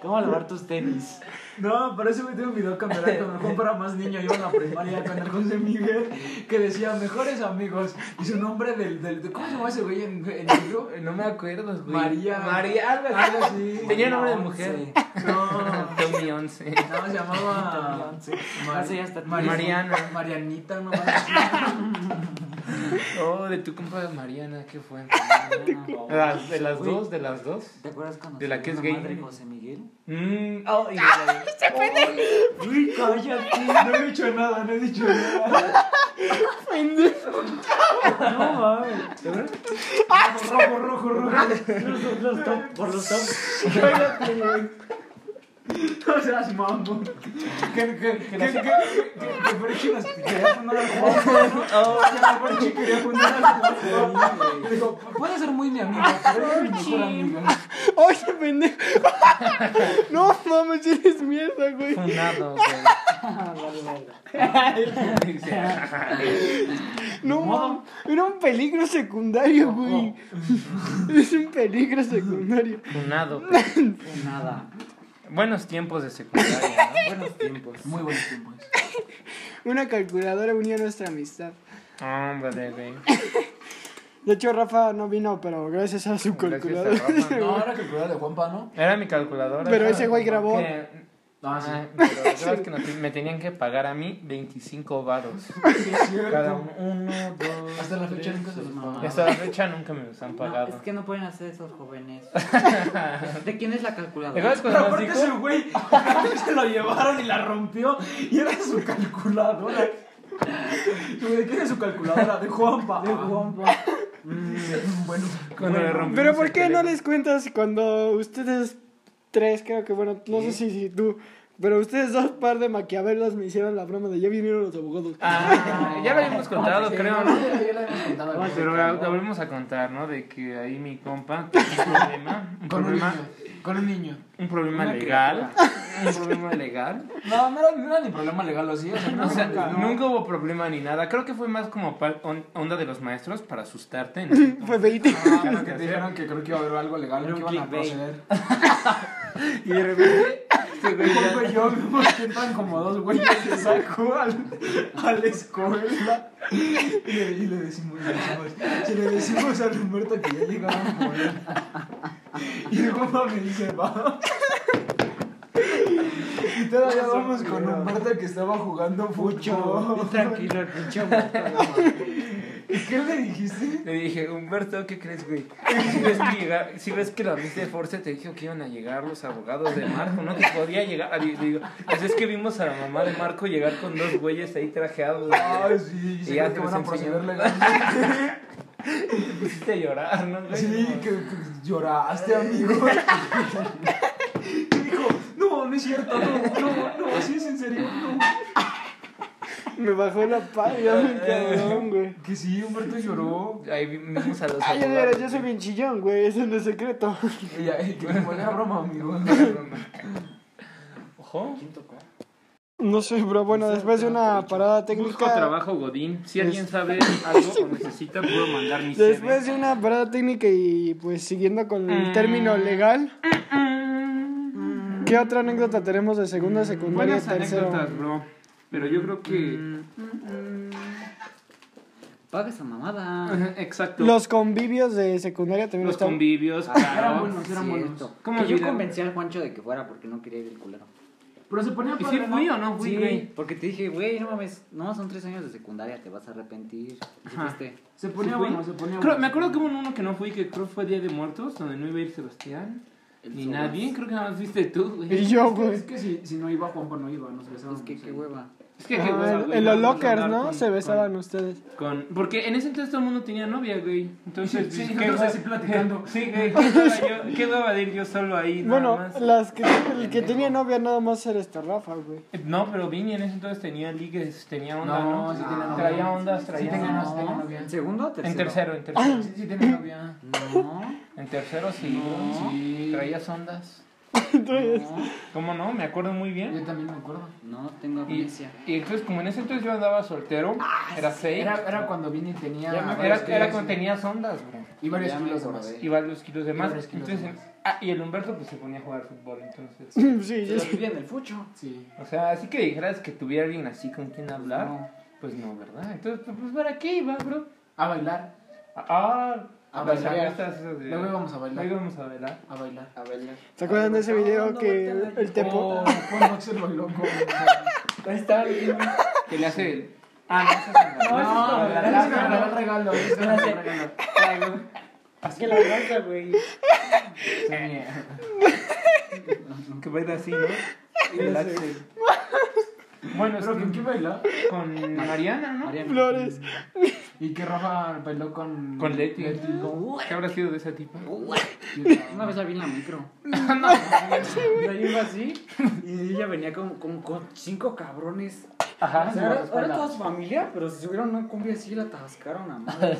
Speaker 2: ¿Cómo lavar tus tenis?
Speaker 4: No, pero ese güey tiene un video cuando era, cuando Juanpa era más niño. Iba a la primaria con el José Miguel. Que decía mejores amigos. Y su nombre del. del de- ¿Cómo se llama ese güey en, en el libro?
Speaker 3: No me acuerdo, güey.
Speaker 4: María.
Speaker 3: María, algo así.
Speaker 4: Algo así.
Speaker 3: Tenía nombre de
Speaker 2: No,
Speaker 3: mujer.
Speaker 2: sí. Ah,
Speaker 4: No.
Speaker 3: Tommy 11.
Speaker 4: No, se llamaba.
Speaker 2: Sí. Eso ya está-
Speaker 4: Mari-
Speaker 3: Mariana.
Speaker 4: Marianita, no más.
Speaker 3: Oh, de tu compa Mariana, ¿qué fue?
Speaker 2: Ah,
Speaker 3: ¿De las, de las
Speaker 2: Güey.
Speaker 3: dos? ¿De las dos?
Speaker 2: ¿Te acuerdas cuando
Speaker 3: De la
Speaker 2: salió
Speaker 3: que es
Speaker 2: una
Speaker 3: gay.
Speaker 2: madre José Miguel?
Speaker 3: Mmm. Oh, y de la-
Speaker 2: Uy, cállate.
Speaker 4: No he dicho nada, no he dicho nada.
Speaker 2: No mames.
Speaker 4: Rojo, rojo, rojo.
Speaker 2: Los, los top, por los top.
Speaker 4: Cállate, güey. No seas mambo. Que, que, que, que, que, que, que Ferchi nos quería fundar al Juanjo, ¿no?
Speaker 3: Oh.
Speaker 4: Que la Ferchi quería fundar al Juanjo. Y Digo, puede ser muy mi amiga, pero eres mi mejor amiga.
Speaker 1: Oye, pendejo. No mames, eres mierda, güey.
Speaker 3: Funado, güey.
Speaker 2: Ah, vale, vale.
Speaker 1: No mames. Era un peligro secundario, güey. Es un peligro secundario.
Speaker 3: Funado. güey.
Speaker 2: Pues Nada.
Speaker 3: Buenos tiempos de secundaria, ¿no?
Speaker 2: Buenos tiempos.
Speaker 4: Muy pues. buenos tiempos.
Speaker 1: Una calculadora unía nuestra amistad.
Speaker 3: Hombre, güey.
Speaker 1: De hecho, Rafa no vino, pero gracias a su
Speaker 3: Gracias a
Speaker 1: calculadora.
Speaker 3: Rafa, ¿no?
Speaker 4: No, ahora que el cuidado de Juanpa, ¿no?
Speaker 3: Era mi calculadora.
Speaker 1: Pero
Speaker 3: ¿no?
Speaker 1: ese güey grabó.
Speaker 3: Que-
Speaker 4: Ah,
Speaker 3: Ah, pero la verdad es que no te- me tenían que pagar a mí 25 varos.
Speaker 4: Sí, es cierto.
Speaker 3: Cada uno, uno, dos.
Speaker 4: Hasta la fecha
Speaker 3: tres.
Speaker 4: nunca se los
Speaker 3: Y
Speaker 4: mamaba.
Speaker 3: Hasta la fecha nunca me los han
Speaker 2: No,
Speaker 3: pagado.
Speaker 2: es que no pueden hacer esos jóvenes. ¿De quién es la
Speaker 3: ¿Te
Speaker 2: calculadora?
Speaker 3: acuerdas
Speaker 4: Pero
Speaker 3: cuando nos
Speaker 4: aparte
Speaker 3: dijo?
Speaker 4: ese güey se lo llevaron y la rompió y era su calculadora. Güey, ¿De quién es su calculadora? De Juanpa.
Speaker 2: De Juanpa.
Speaker 4: Mm, bueno,
Speaker 3: Cuando le rompimos
Speaker 1: Pero ¿por
Speaker 3: el
Speaker 1: qué no
Speaker 3: teléfono.
Speaker 1: les cuentas cuando ustedes tres, creo que bueno, no sé si, si tú, pero ustedes dos par de maquiavelos me hicieron la broma de ya vinieron los abogados.
Speaker 3: Ah, ya lo habíamos contado, creo, ¿no? Ah,
Speaker 4: ya la hemos contado. güey.
Speaker 3: Pero la, la volvemos a contar, ¿no? De que ahí mi compa tuvo un problema, un
Speaker 4: Con un
Speaker 3: problema,
Speaker 4: niño. Con un niño.
Speaker 3: un problema
Speaker 4: Una
Speaker 3: legal, un problema legal.
Speaker 4: No, no era, no era ni problema legal así. O sea, no,
Speaker 3: O sea,
Speaker 4: nunca,
Speaker 3: nunca hubo problema ni nada. Creo que fue más como par- on- onda de los maestros para asustarte. ¿no?
Speaker 1: Fue feíto.
Speaker 4: Ah, lo que te dijeron que creo que iba a haber algo legal,
Speaker 2: Era
Speaker 4: que
Speaker 2: un
Speaker 4: iban a
Speaker 2: clickbait.
Speaker 4: proceder.
Speaker 3: Y de repente, este güey ya-
Speaker 4: Juanpa y yo vimos que entran como dos güeyes que sacó al, a la escuela. Y le, y le decimos, le decimos, si le decimos a Humberto que ya llegaron por él. Y Juanpa me dice, va. Y todavía vamos con Humberto que estaba jugando
Speaker 2: Mucho.
Speaker 4: fútbol.
Speaker 2: Tranquilo, el pinche
Speaker 4: ¿Y qué le dijiste?
Speaker 3: Le dije, Humberto, ¿qué crees, güey? Si ves que, llega- si ves que la viste de Force te dijo que iban a llegar los abogados de Marco, no que podía llegar. Y le digo, pues es que vimos a la mamá de Marco llegar con dos güeyes ahí trajeados. güey.
Speaker 4: Ay, sí,
Speaker 3: Y
Speaker 4: se
Speaker 3: ya
Speaker 4: cree
Speaker 3: te
Speaker 4: que
Speaker 3: los
Speaker 4: van a
Speaker 3: enseñó.
Speaker 4: proceder legalmente.
Speaker 3: Te pusiste a llorar, ¿no, güey?
Speaker 4: Sí, que, que lloraste, amigo. Y dijo, no, no es cierto, no, no, no, sí es en serio, no.
Speaker 1: Me bajó la palla, un cabrón, güey.
Speaker 4: Que sí, Humberto lloró.
Speaker 3: Ahí vi- vimos a los
Speaker 1: Ay, ya verás,
Speaker 3: abogados.
Speaker 1: yo soy bien chillón, güey, eso no es secreto.
Speaker 4: Y ya, que te molé la broma, amigo.
Speaker 3: Ojo.
Speaker 1: No sé, pero bueno, después de una parada
Speaker 3: Busco
Speaker 1: técnica.
Speaker 3: trabajo, Godín. Si alguien sabe algo o necesita, puedo mandar mi CV.
Speaker 1: Después de una parada técnica y pues siguiendo con el término legal. ¿Qué otra anécdota tenemos de segundo, secundaria,
Speaker 3: Buenas
Speaker 1: tercero? Mm.
Speaker 3: anécdotas, bro. Pero yo creo que.
Speaker 2: Paga esa mamada.
Speaker 3: Ajá, Exacto.
Speaker 1: Los convivios de secundaria también
Speaker 3: Los
Speaker 1: están.
Speaker 3: convivios,
Speaker 2: Era
Speaker 3: Ah, claro.
Speaker 2: bueno, era bueno.
Speaker 3: ¿Cómo
Speaker 2: Que yo
Speaker 3: olvidarlo?
Speaker 2: convencí al Juancho de que fuera porque no quería ir el culero.
Speaker 6: Pero se ponía
Speaker 3: ¿Y
Speaker 6: padre,
Speaker 3: si fui
Speaker 6: ¿no?
Speaker 3: o no fui,
Speaker 2: Sí,
Speaker 3: güey?
Speaker 2: porque te dije, güey, no mames, no, son tres años de secundaria, te vas a arrepentir. "Este, Y sí fuiste.
Speaker 6: Se ponía
Speaker 3: Sí, güey.
Speaker 6: bueno, se ponía
Speaker 3: Creo-
Speaker 6: bueno.
Speaker 3: me acuerdo que hubo uno que no fui, que creo fue Día de Muertos, donde no iba a ir Sebastián.
Speaker 2: El
Speaker 3: ni
Speaker 2: sobras.
Speaker 3: nadie, creo que nada más fuiste tú,
Speaker 1: Y
Speaker 3: güey.
Speaker 1: yo, pues,
Speaker 6: Es que-
Speaker 1: güey.
Speaker 6: Es que si, si no iba Juanpa no iba, nos besábamos.
Speaker 2: Es que qué
Speaker 6: ahí.
Speaker 2: hueva.
Speaker 3: Es que, qué hueva,
Speaker 1: Ah,
Speaker 3: güey,
Speaker 1: En
Speaker 3: no
Speaker 1: los
Speaker 3: vamos a
Speaker 1: lockers,
Speaker 3: andar
Speaker 1: ¿no?
Speaker 3: con-
Speaker 1: Se
Speaker 3: con-
Speaker 1: besaban ustedes.
Speaker 3: con- porque en ese entonces todo el mundo tenía novia, güey. Entonces,
Speaker 6: Sí,
Speaker 3: pues,
Speaker 6: nosotros
Speaker 3: hueva-
Speaker 6: así platicando.
Speaker 3: Sí, güey, qué hueva yo- qué hueva de ir yo solo ahí, nada
Speaker 1: Bueno,
Speaker 3: más.
Speaker 1: las que, el que tenía novia nada más era este Rafa, güey.
Speaker 3: No, pero Vini en ese entonces tenía ligues, tenía onda, ¿no?
Speaker 6: No, sí tenía novia.
Speaker 3: Traía ondas, traía
Speaker 6: Sí tenía, no, sí
Speaker 3: ondas.
Speaker 6: tenía
Speaker 2: ¿En
Speaker 6: novia.
Speaker 2: segundo o tercero?
Speaker 3: En tercero, en tercero.
Speaker 6: Sí, sí tenía novia.
Speaker 2: No.
Speaker 3: En tercero sí,
Speaker 2: No.
Speaker 6: Sí.
Speaker 3: traías ondas.
Speaker 1: Entonces,
Speaker 3: ¿Cómo no? Me acuerdo muy bien.
Speaker 6: Yo también me acuerdo.
Speaker 2: No tengo
Speaker 3: Y,
Speaker 2: amnesia.
Speaker 3: y entonces, como en ese entonces yo andaba soltero, Ah, era fake.
Speaker 6: Era, era cuando vine y tenía.
Speaker 3: Ya me-
Speaker 6: varios
Speaker 3: era,
Speaker 6: kilos,
Speaker 3: era cuando tenías ondas, güey.
Speaker 6: Y varios
Speaker 2: Ya me
Speaker 6: kilos de
Speaker 2: acordé.
Speaker 6: más.
Speaker 3: Y varios kilos de
Speaker 6: Y
Speaker 3: más.
Speaker 6: varios kilos
Speaker 3: entonces,
Speaker 6: de más.
Speaker 3: ah, y el Humberto pues se ponía a jugar fútbol, entonces.
Speaker 1: sí,
Speaker 2: Se
Speaker 1: yo
Speaker 2: los viví en el fucho.
Speaker 6: Sí.
Speaker 3: O sea, así que dijeras que tuviera alguien así con quien hablar,
Speaker 6: No.
Speaker 3: pues no, ¿verdad? Entonces, pues ¿para qué iba, bro?
Speaker 6: A bailar.
Speaker 3: Ah,
Speaker 6: A
Speaker 3: las
Speaker 6: bailar.
Speaker 3: apuestas esas de-
Speaker 6: Luego íbamos a bailar.
Speaker 3: Luego íbamos a bailar.
Speaker 6: A bailar.
Speaker 2: A ver.
Speaker 1: ¿Se acuerdan de ese video que el, el
Speaker 6: Oh,
Speaker 1: tepo?
Speaker 6: con Axel bailó con.
Speaker 2: Ahí está. bien.
Speaker 3: Que le hace el... Ah, no, esa es en la-
Speaker 6: No,
Speaker 3: en la
Speaker 6: es que
Speaker 3: lata,
Speaker 6: me regaló el regalo. Es que me regaló el regalo.
Speaker 2: Es que la verdad, güey.
Speaker 6: Eh.
Speaker 3: ¿no? Que baila así, ¿no? El Axel. Bueno,
Speaker 6: Pero ¿con quién
Speaker 3: es
Speaker 6: baila?
Speaker 3: con Mariana, ¿no?
Speaker 2: Mariano.
Speaker 1: Flores.
Speaker 6: Y que Rafa bailó con.
Speaker 3: Con Leti.
Speaker 6: con-
Speaker 3: ¿Qué habrá sido de esa tipa?
Speaker 2: Una vez la vi en la micro.
Speaker 6: Yo iba así.
Speaker 2: Y ella venía con, con, con cinco cabrones.
Speaker 3: Ajá.
Speaker 2: O sea, era, era toda su familia, pero se subieron a una cumbia así y la atascaron a madre.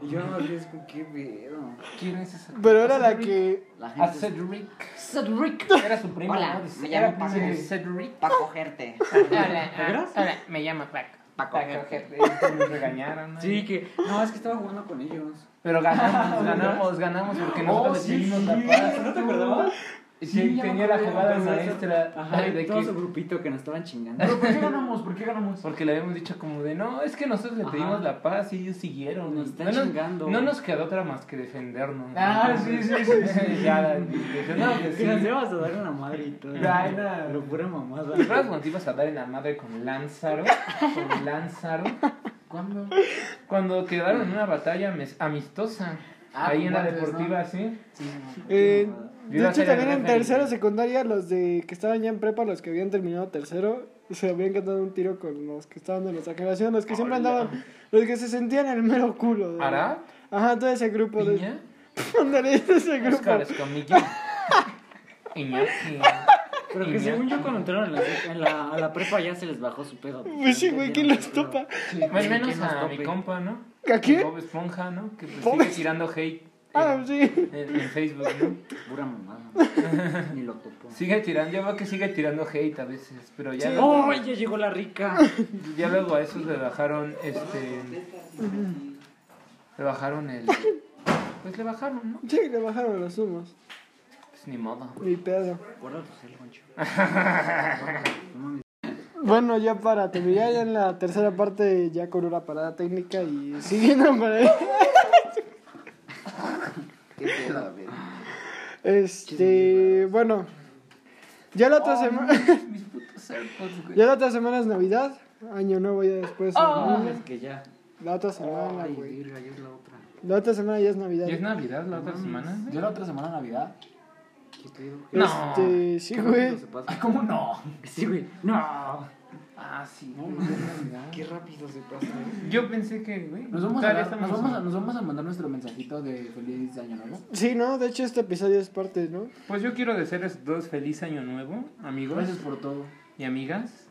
Speaker 2: y yo no sé con qué pedo.
Speaker 3: ¿Quién es esa?
Speaker 1: Pero era la que.
Speaker 2: La gente.
Speaker 3: A Cedric.
Speaker 2: Cedric.
Speaker 3: Era su primo.
Speaker 2: Hola,
Speaker 3: ¿no?
Speaker 2: me
Speaker 3: Era
Speaker 2: llamo
Speaker 3: primo de
Speaker 2: Paco.
Speaker 3: Cedric.
Speaker 2: Para cogerte.
Speaker 3: Hola, hola, me llamo Paco.
Speaker 2: Paco.
Speaker 3: Paco. Me regañaron. ¿no?
Speaker 2: Sí, que. No, es que estaba jugando con ellos.
Speaker 3: Pero ganamos, ganamos, ganamos porque nosotros
Speaker 6: Oh, sí,
Speaker 3: decidimos la
Speaker 6: sí.
Speaker 3: paz.
Speaker 2: te acordabas?
Speaker 3: Y
Speaker 6: Sí, ya me
Speaker 3: tenía la
Speaker 6: acuerdo,
Speaker 3: jugada
Speaker 6: pero no sé.
Speaker 3: maestra.
Speaker 2: Ajá,
Speaker 3: de
Speaker 2: de todo su
Speaker 3: que,
Speaker 2: grupito que nos estaban chingando.
Speaker 6: ¿Pero por qué ganamos? ¿Por qué ganamos?
Speaker 3: porque le habíamos dicho como de, no, es que nosotros le
Speaker 2: Ajá.
Speaker 3: pedimos la paz y ellos siguieron.
Speaker 2: Nos están
Speaker 3: no,
Speaker 2: chingando.
Speaker 3: Nos, no nos quedó otra más que defendernos.
Speaker 6: Ah, sí, sí, sí.
Speaker 3: ya, la- defendernos
Speaker 2: Que
Speaker 3: sí.
Speaker 2: nos ibas a dar una madre y todo.
Speaker 6: Ay, nada.
Speaker 2: Pero pura mamada.
Speaker 3: ¿Te acuerdas cuando te ibas a dar en la madre con Lánzaro? Con Lánzaro.
Speaker 6: ¿Cuándo?
Speaker 3: Cuando quedaron en una batalla mes- amistosa.
Speaker 6: Ah,
Speaker 3: ahí en la
Speaker 6: como antes,
Speaker 3: deportiva, sí.
Speaker 6: Sí, sí.
Speaker 1: eh,
Speaker 3: Yo iba
Speaker 1: de
Speaker 3: a
Speaker 1: hecho,
Speaker 3: ser el
Speaker 1: también en
Speaker 3: referee.
Speaker 1: tercero, secundaria, los de que estaban ya en prepa, los que habían terminado tercero, se habían cantado un tiro con los que estaban de nuestra generación, los que siempre andaban. Los que se sentían el mero culo. de-
Speaker 3: ¿Ara?
Speaker 1: Ajá, todo ese grupo. De,
Speaker 3: ¿Piña?
Speaker 1: ándale, todo ese grupo.
Speaker 3: Oscar Escamilla. Iñaki.
Speaker 2: Pero que
Speaker 3: Iñaki.
Speaker 2: según yo cuando entraron en la, en la- a la prepa ya se les bajó su pedo.
Speaker 1: Pues sí, güey, ¿quién los
Speaker 2: Pero-
Speaker 1: topa?
Speaker 3: Más o menos
Speaker 2: ¿Quién nos
Speaker 3: a
Speaker 2: tope?
Speaker 3: mi compa, ¿no?
Speaker 1: ¿A quién?
Speaker 3: Bob Esponja, ¿no? Que pues
Speaker 1: Bob
Speaker 3: sigue tirando hate
Speaker 1: Ah,
Speaker 3: en,
Speaker 1: sí.
Speaker 3: en- en Facebook, ¿no?
Speaker 2: Pura mamada. Ni lo topó.
Speaker 3: Sigue tirando, yo veo que sigue tirando hate a veces, pero ya,
Speaker 2: ¡Oh! Ya llegó la rica.
Speaker 3: ya luego a esos le bajaron, este... Le bajaron el... Pues le bajaron, ¿no?
Speaker 1: Sí, le bajaron los humos.
Speaker 3: Pues ni modo.
Speaker 1: Ni pedo.
Speaker 2: Guarda tu cel, Juancho.
Speaker 1: Bueno, ya para terminar, ya en la tercera parte, ya con una parada técnica y siguiendo para
Speaker 2: Qué pedo, güey.
Speaker 1: Este, bueno, ya la otra semana.
Speaker 3: Mis putos AirPods, güey.
Speaker 1: ya la otra semana es Navidad, Año Nuevo ya después.
Speaker 2: Ah,
Speaker 1: ¿no?
Speaker 2: es que ya.
Speaker 1: La otra semana,
Speaker 2: Ay,
Speaker 1: güey.
Speaker 2: virga, ya es la otra.
Speaker 1: La otra semana ya es Navidad.
Speaker 3: ¿Ya es Navidad la otra semana? güey?
Speaker 6: Yo la otra semana Navidad.
Speaker 2: ¿Qué pedo?
Speaker 3: No.
Speaker 1: Este, sí, güey.
Speaker 2: Se pasa.
Speaker 6: ¿Cómo no?
Speaker 2: Sí, güey. No.
Speaker 3: Ah, sí.
Speaker 2: No, mames, Qué rápido se pasa. ¿eh? güey.
Speaker 3: Yo pensé que, güey,
Speaker 6: Nos vamos, a,
Speaker 3: todavía
Speaker 6: dar- nos,
Speaker 3: estamos-
Speaker 6: vamos a, nos vamos a mandar nuestro mensajito de feliz año nuevo.
Speaker 1: Sí, ¿no? De hecho, este episodio es parte, ¿no?
Speaker 3: Pues yo quiero desearles a todos feliz año nuevo, amigos
Speaker 6: Gracias por todo.
Speaker 3: y amigas.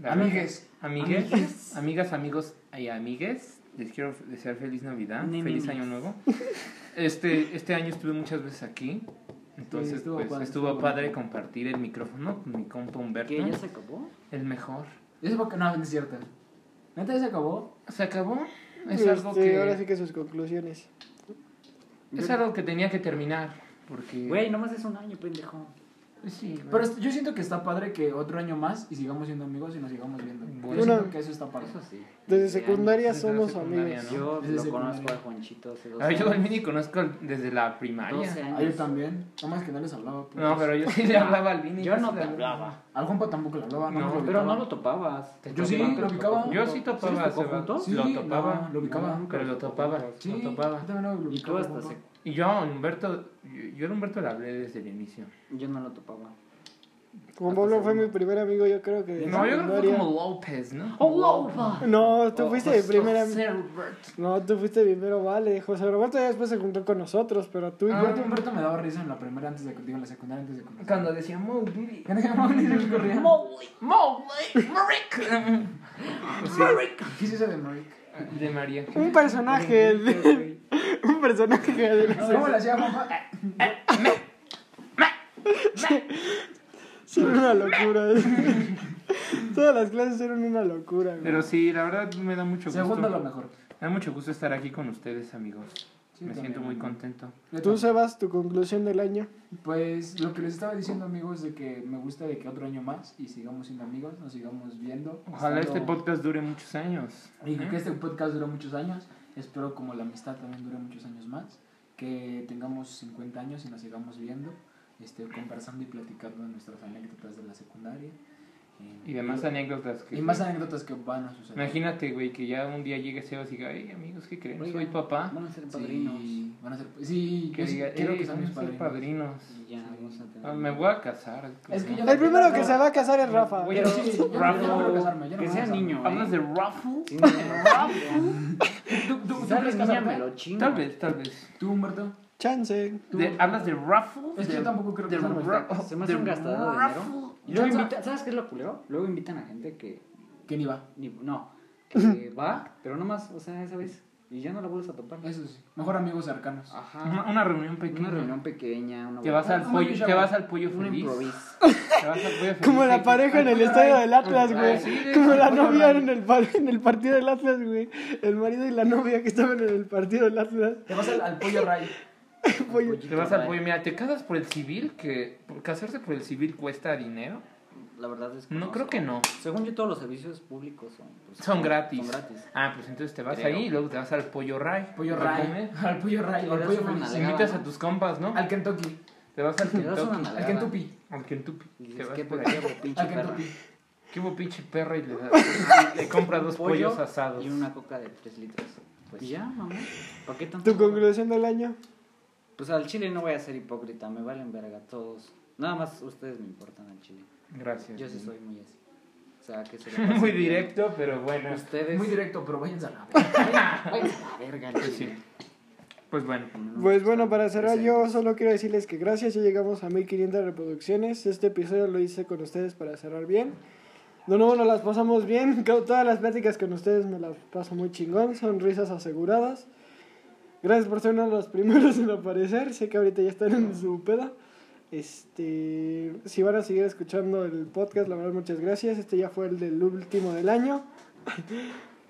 Speaker 3: La
Speaker 6: Amigues.
Speaker 3: verdad, Amigues. Amigas, amigos y amigues. Les quiero desear feliz Navidad,
Speaker 2: Ni
Speaker 3: feliz
Speaker 2: niños.
Speaker 3: año nuevo. Este, este año estuve muchas veces aquí. Entonces,
Speaker 4: estuvo
Speaker 3: pues,
Speaker 4: padre,
Speaker 3: estuvo
Speaker 4: estuvo
Speaker 3: padre
Speaker 4: bonito.
Speaker 3: compartir el micrófono con mi compa Humberto.
Speaker 2: ¿Qué? ¿Ya se acabó?
Speaker 3: El mejor.
Speaker 4: Eso porque no, no es cierto. ¿Neta ya se acabó?
Speaker 3: ¿Se acabó? Es
Speaker 1: Este,
Speaker 3: algo que...
Speaker 1: Ahora sí que sus conclusiones.
Speaker 3: Es algo que tenía que terminar. Porque...
Speaker 2: Güey, nomás es un año, pendejo.
Speaker 3: sí, güey.
Speaker 4: Pero es- yo siento que está padre que otro año más y sigamos siendo amigos y nos sigamos viendo.
Speaker 3: Bueno.
Speaker 4: Yo siento que eso está padre.
Speaker 2: Eso sí.
Speaker 1: Desde
Speaker 2: Sí,
Speaker 1: secundaria
Speaker 3: desde
Speaker 1: somos
Speaker 3: secundaria,
Speaker 1: amigos.
Speaker 3: ¿no?
Speaker 2: Yo
Speaker 4: Desde
Speaker 2: lo
Speaker 4: secundaria.
Speaker 2: conozco a Juanchito hace dos
Speaker 3: Ah, yo al
Speaker 2: años.
Speaker 3: Mini conozco desde la
Speaker 2: 12
Speaker 3: primaria.
Speaker 4: Ah, yo
Speaker 2: años.
Speaker 4: también. Nada más que no les hablaba. pues.
Speaker 3: No, pero yo sí le hablaba al Mini.
Speaker 2: Yo no
Speaker 3: sí
Speaker 2: te
Speaker 3: le
Speaker 2: hablaba.
Speaker 4: Al Juanpa tampoco le hablaba. No,
Speaker 3: No,
Speaker 4: nos lo
Speaker 2: Pero
Speaker 4: ubicaba.
Speaker 2: no lo topabas.
Speaker 4: Yo sí, lo ubicaba.
Speaker 3: Yo sí
Speaker 2: ¿Sí
Speaker 3: topaba
Speaker 2: les
Speaker 3: a
Speaker 2: tocó
Speaker 3: Seba.
Speaker 2: juntos?
Speaker 4: Sí,
Speaker 3: Lo topaba.
Speaker 4: no, lo ubicaba.
Speaker 3: Pero lo topaba.
Speaker 4: Sí,
Speaker 3: Lo topaba.
Speaker 4: yo también lo
Speaker 2: Y tú
Speaker 4: ubicaba,
Speaker 2: hasta
Speaker 4: Juanpa.
Speaker 2: sec-
Speaker 3: Y yo a Humberto, yo, yo a Humberto le hablé desde el inicio.
Speaker 2: Yo no lo topaba.
Speaker 1: Juan Pablo fue mi primer amigo, yo creo que. de
Speaker 3: No, yo creo que fue
Speaker 1: secundaria.
Speaker 3: como López, ¿no?
Speaker 2: Oh,
Speaker 1: No, tú
Speaker 3: O-
Speaker 1: fuiste
Speaker 3: o-
Speaker 1: mi
Speaker 3: o
Speaker 1: primer amigo.
Speaker 3: José Roberto.
Speaker 1: No, tú fuiste primero, vale. José Roberto ya después se juntó con nosotros, pero tú y
Speaker 3: Ah.
Speaker 4: Humberto,
Speaker 1: yo.
Speaker 4: Humberto me daba risa en la primera antes de contigo, en la secundaria antes de contigo.
Speaker 5: Cuando decía Mo Billy.
Speaker 4: Ya no llamaba ni se me corría.
Speaker 5: Mowgli, Mowgli, Marek.
Speaker 4: ¿Qué es eso de Mike?
Speaker 3: De María.
Speaker 1: Un personaje. de- un personaje de.
Speaker 4: ¿Cómo le hacía Juanpa?
Speaker 1: Son una locura. Todas las clases eran una locura, güey.
Speaker 3: Pero sí, la verdad me da mucho gusto.
Speaker 4: Segundo lo mejor.
Speaker 3: Me da mucho gusto estar aquí con ustedes, amigos. me siento muy contento.
Speaker 4: Yo
Speaker 1: Tú,
Speaker 4: también.
Speaker 1: Sebas, tu conclusión del año.
Speaker 4: Pues lo que les estaba diciendo amigos de que me gusta de que otro año más y sigamos siendo amigos, nos sigamos viendo.
Speaker 3: Ojalá
Speaker 4: estando-
Speaker 3: este podcast dure muchos años.
Speaker 4: Y que este podcast dure muchos años. Espero como la amistad también dure muchos años más. Que tengamos 50 años y nos sigamos viendo, este, conversando y platicando de nuestras anécdotas de la secundaria. eh,
Speaker 3: Y demás anécdotas que...
Speaker 4: y más anécdotas que van a suceder.
Speaker 3: Imagínate, güey, que ya un día llegue Sebas y diga, hey, amigos, ¿qué creen? Soy
Speaker 2: Oigan,
Speaker 3: papá.
Speaker 2: Van a ser padrinos.
Speaker 4: Sí, van a ser, sí,
Speaker 3: Que
Speaker 4: yo sí
Speaker 3: diga,
Speaker 4: quiero
Speaker 3: "Ey,
Speaker 4: Pues que sean mis
Speaker 3: vamos a ser
Speaker 4: padrinos.
Speaker 3: padrinos.
Speaker 2: Y ya vamos a tener.
Speaker 3: Ah, me voy a casar.
Speaker 4: Es que yo
Speaker 1: El primero que
Speaker 4: no-
Speaker 1: se va a casar es Rafa.
Speaker 3: Güey,
Speaker 4: Pero sí, yo no- yo no
Speaker 3: Rafa,
Speaker 4: quiero casarme, yo no
Speaker 2: que
Speaker 4: me voy a
Speaker 2: sea
Speaker 4: casar.
Speaker 2: niño.
Speaker 3: ¿Hablas
Speaker 2: ¿eh?
Speaker 3: de raffle?
Speaker 2: Sí, no, no,
Speaker 4: ¿Tú, tú,
Speaker 2: no.
Speaker 4: tú
Speaker 2: Si sale
Speaker 4: crees
Speaker 2: niña,
Speaker 4: casarte?
Speaker 2: me lo chingo.
Speaker 3: Tal vez, tal vez.
Speaker 4: ¿Tú, Humberto?
Speaker 1: Chance.
Speaker 4: ¿Tú?
Speaker 3: De- ¿Hablas de raffle?
Speaker 4: Es que yo tampoco creo que
Speaker 3: de
Speaker 4: sea
Speaker 3: ra-
Speaker 2: Se me hace
Speaker 3: de
Speaker 2: un gastadero de
Speaker 3: raffle.
Speaker 2: dinero.
Speaker 3: Y
Speaker 2: Y luego
Speaker 3: luego invita-
Speaker 2: invita- ¿Sabes qué es lo culero? Luego invitan a gente que.
Speaker 4: ¿Quién iba?
Speaker 2: ni- No, que va, pero nomás, o sea, esa vez. Y ya no la vuelves a topar.
Speaker 4: Eso sí. Mejor amigos cercanos.
Speaker 2: Ajá.
Speaker 3: Una, una reunión pequeña.
Speaker 2: Ah. Una reunión pequeña, una
Speaker 3: Te vas al
Speaker 4: Ah,
Speaker 3: pollo,
Speaker 4: yo-
Speaker 3: te vas al pollo
Speaker 2: un
Speaker 3: feliz.
Speaker 2: improviso.
Speaker 3: Te vas al pollo feliz.
Speaker 1: Como
Speaker 3: Ahí-
Speaker 1: la pareja en el estadio del Atlas,
Speaker 3: Ay, sí,
Speaker 1: güey.
Speaker 3: de-
Speaker 1: Como la
Speaker 3: bueno,
Speaker 1: novia
Speaker 3: Ray.
Speaker 1: en el, par- en el partido del Atlas, güey. El marido y la novia que estaban en el partido del Atlas.
Speaker 4: Te vas al, al pollo Ray.
Speaker 1: Oye,
Speaker 3: Te vas al pollo, mira, te casas por el civil, que por casarse por el civil cuesta dinero.
Speaker 2: La verdad es que.
Speaker 3: No, creo que no.
Speaker 2: Según yo, todos los servicios públicos son. pues,
Speaker 3: Son gratis.
Speaker 2: Son gratis.
Speaker 3: Ah, pues entonces te vas
Speaker 2: Creo.
Speaker 3: ahí y luego te vas al pollo ray.
Speaker 4: Pollo
Speaker 3: a
Speaker 4: Ray.
Speaker 3: comer.
Speaker 4: Al pollo Ray.
Speaker 2: Le
Speaker 4: Al
Speaker 2: das
Speaker 4: pollo
Speaker 2: una
Speaker 4: feliz.
Speaker 2: nalgada.
Speaker 3: Invitas a tus compas, ¿no?
Speaker 4: Al Kentucky.
Speaker 3: Te vas al
Speaker 2: Te das
Speaker 3: Kentucky.
Speaker 2: una nalgada.
Speaker 4: Al Kentucky.
Speaker 3: Al Kentucky.
Speaker 2: Y
Speaker 3: Te
Speaker 2: dices,
Speaker 3: vas
Speaker 2: qué
Speaker 3: por
Speaker 2: pedo,
Speaker 3: allá.
Speaker 2: pinche
Speaker 4: Al
Speaker 2: perra.
Speaker 4: Kentucky.
Speaker 3: ¿Qué hubo pinche perro y le, das- le compras dos
Speaker 2: Pollo
Speaker 3: pollos asados?
Speaker 2: Y una coca de 3 litros. Pues ya, mamá. ¿Para qué tanto?
Speaker 1: Tu conclusión del año.
Speaker 2: Pues al chile no voy a ser hipócrita, me valen verga todos. Nada más ustedes me importan al chile.
Speaker 3: Gracias.
Speaker 2: Yo sí soy muy así. O sea, que se la pasen
Speaker 3: Muy
Speaker 2: bien.
Speaker 3: directo, pero bueno.
Speaker 2: Ustedes.
Speaker 4: Muy directo, pero váyanse a la verga.
Speaker 2: Váyanse a la verga, al
Speaker 3: Pues
Speaker 2: chile.
Speaker 3: sí. Pues bueno.
Speaker 1: Pues bueno, para cerrar, yo
Speaker 2: Presentes.
Speaker 1: solo quiero decirles que gracias, ya llegamos a 1500 reproducciones. Este episodio lo hice con ustedes para cerrar bien. De nuevo nos las pasamos bien. Creo que Todas las pláticas con ustedes me las paso muy chingón. Son risas aseguradas. Gracias por ser uno de los primeros en aparecer. Sé que ahorita ya están en su peda. Este, si van a seguir escuchando el podcast, la verdad, muchas gracias. Este ya fue el del último del año.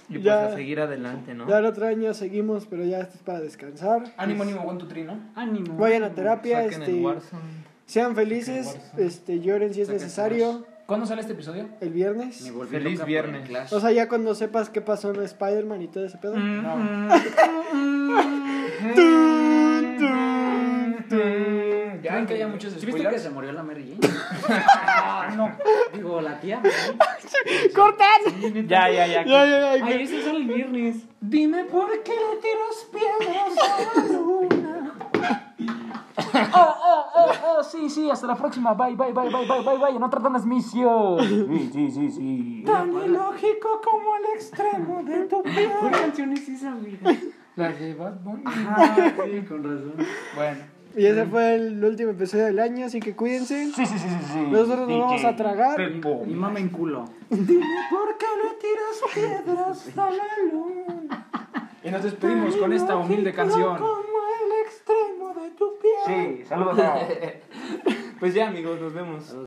Speaker 3: Y pues
Speaker 1: Ya.
Speaker 3: a seguir adelante, ¿no? Ah,
Speaker 1: Ya el otro año seguimos, pero ya esto es para descansar.
Speaker 4: Ánimo, ánimo, one, two, three, ¿no?
Speaker 2: Ánimo.
Speaker 1: Vayan a terapia.
Speaker 3: Saquen el
Speaker 1: este,
Speaker 3: Warzone.
Speaker 1: Sean felices, este, lloren si es
Speaker 2: Saquen
Speaker 1: necesario
Speaker 4: ¿Cuándo sale este episodio?
Speaker 1: el viernes.
Speaker 2: Me volví
Speaker 3: Feliz
Speaker 2: loca por
Speaker 3: viernes.
Speaker 2: el Clash.
Speaker 1: O sea, ya cuando sepas qué pasó en Spider-Man y todo ese pedo.
Speaker 4: Mm.
Speaker 1: Tun, tun, tun.
Speaker 4: Ya ven que haya muchos
Speaker 2: ¿Sí viste que
Speaker 4: spoilers.
Speaker 2: se murió la Mary Jane? Ah, no. Digo, la tía. ¿no?
Speaker 3: Ya, ya, ya.
Speaker 1: Ya, ya, ya,
Speaker 2: Ay,
Speaker 1: que-
Speaker 2: ese sale el viernes.
Speaker 5: Dime por qué le tiras piedras.
Speaker 4: Oh, oh, oh, oh, sí, sí, hasta la próxima. Bye, bye, bye, bye, bye, bye, bye. No tratan transmisión.
Speaker 5: Tan ilógico como el extremo de tu piel.
Speaker 2: ¿Qué canción es esa, amiga?
Speaker 3: La de Bad Bunny.
Speaker 2: Ah, sí, con razón.
Speaker 3: Bueno.
Speaker 1: Y ese fue el último episodio del año, así que cuídense. Nosotros nos vamos a tragar.
Speaker 3: Pepo.
Speaker 2: Y mame en culo.
Speaker 5: ¿Por qué le tiras piedras a la luna?
Speaker 4: Y nos despedimos con esta humilde canción.
Speaker 5: Como el extremo de tu piel.
Speaker 2: Sí, saludos. Pues ya, amigos, nos vemos.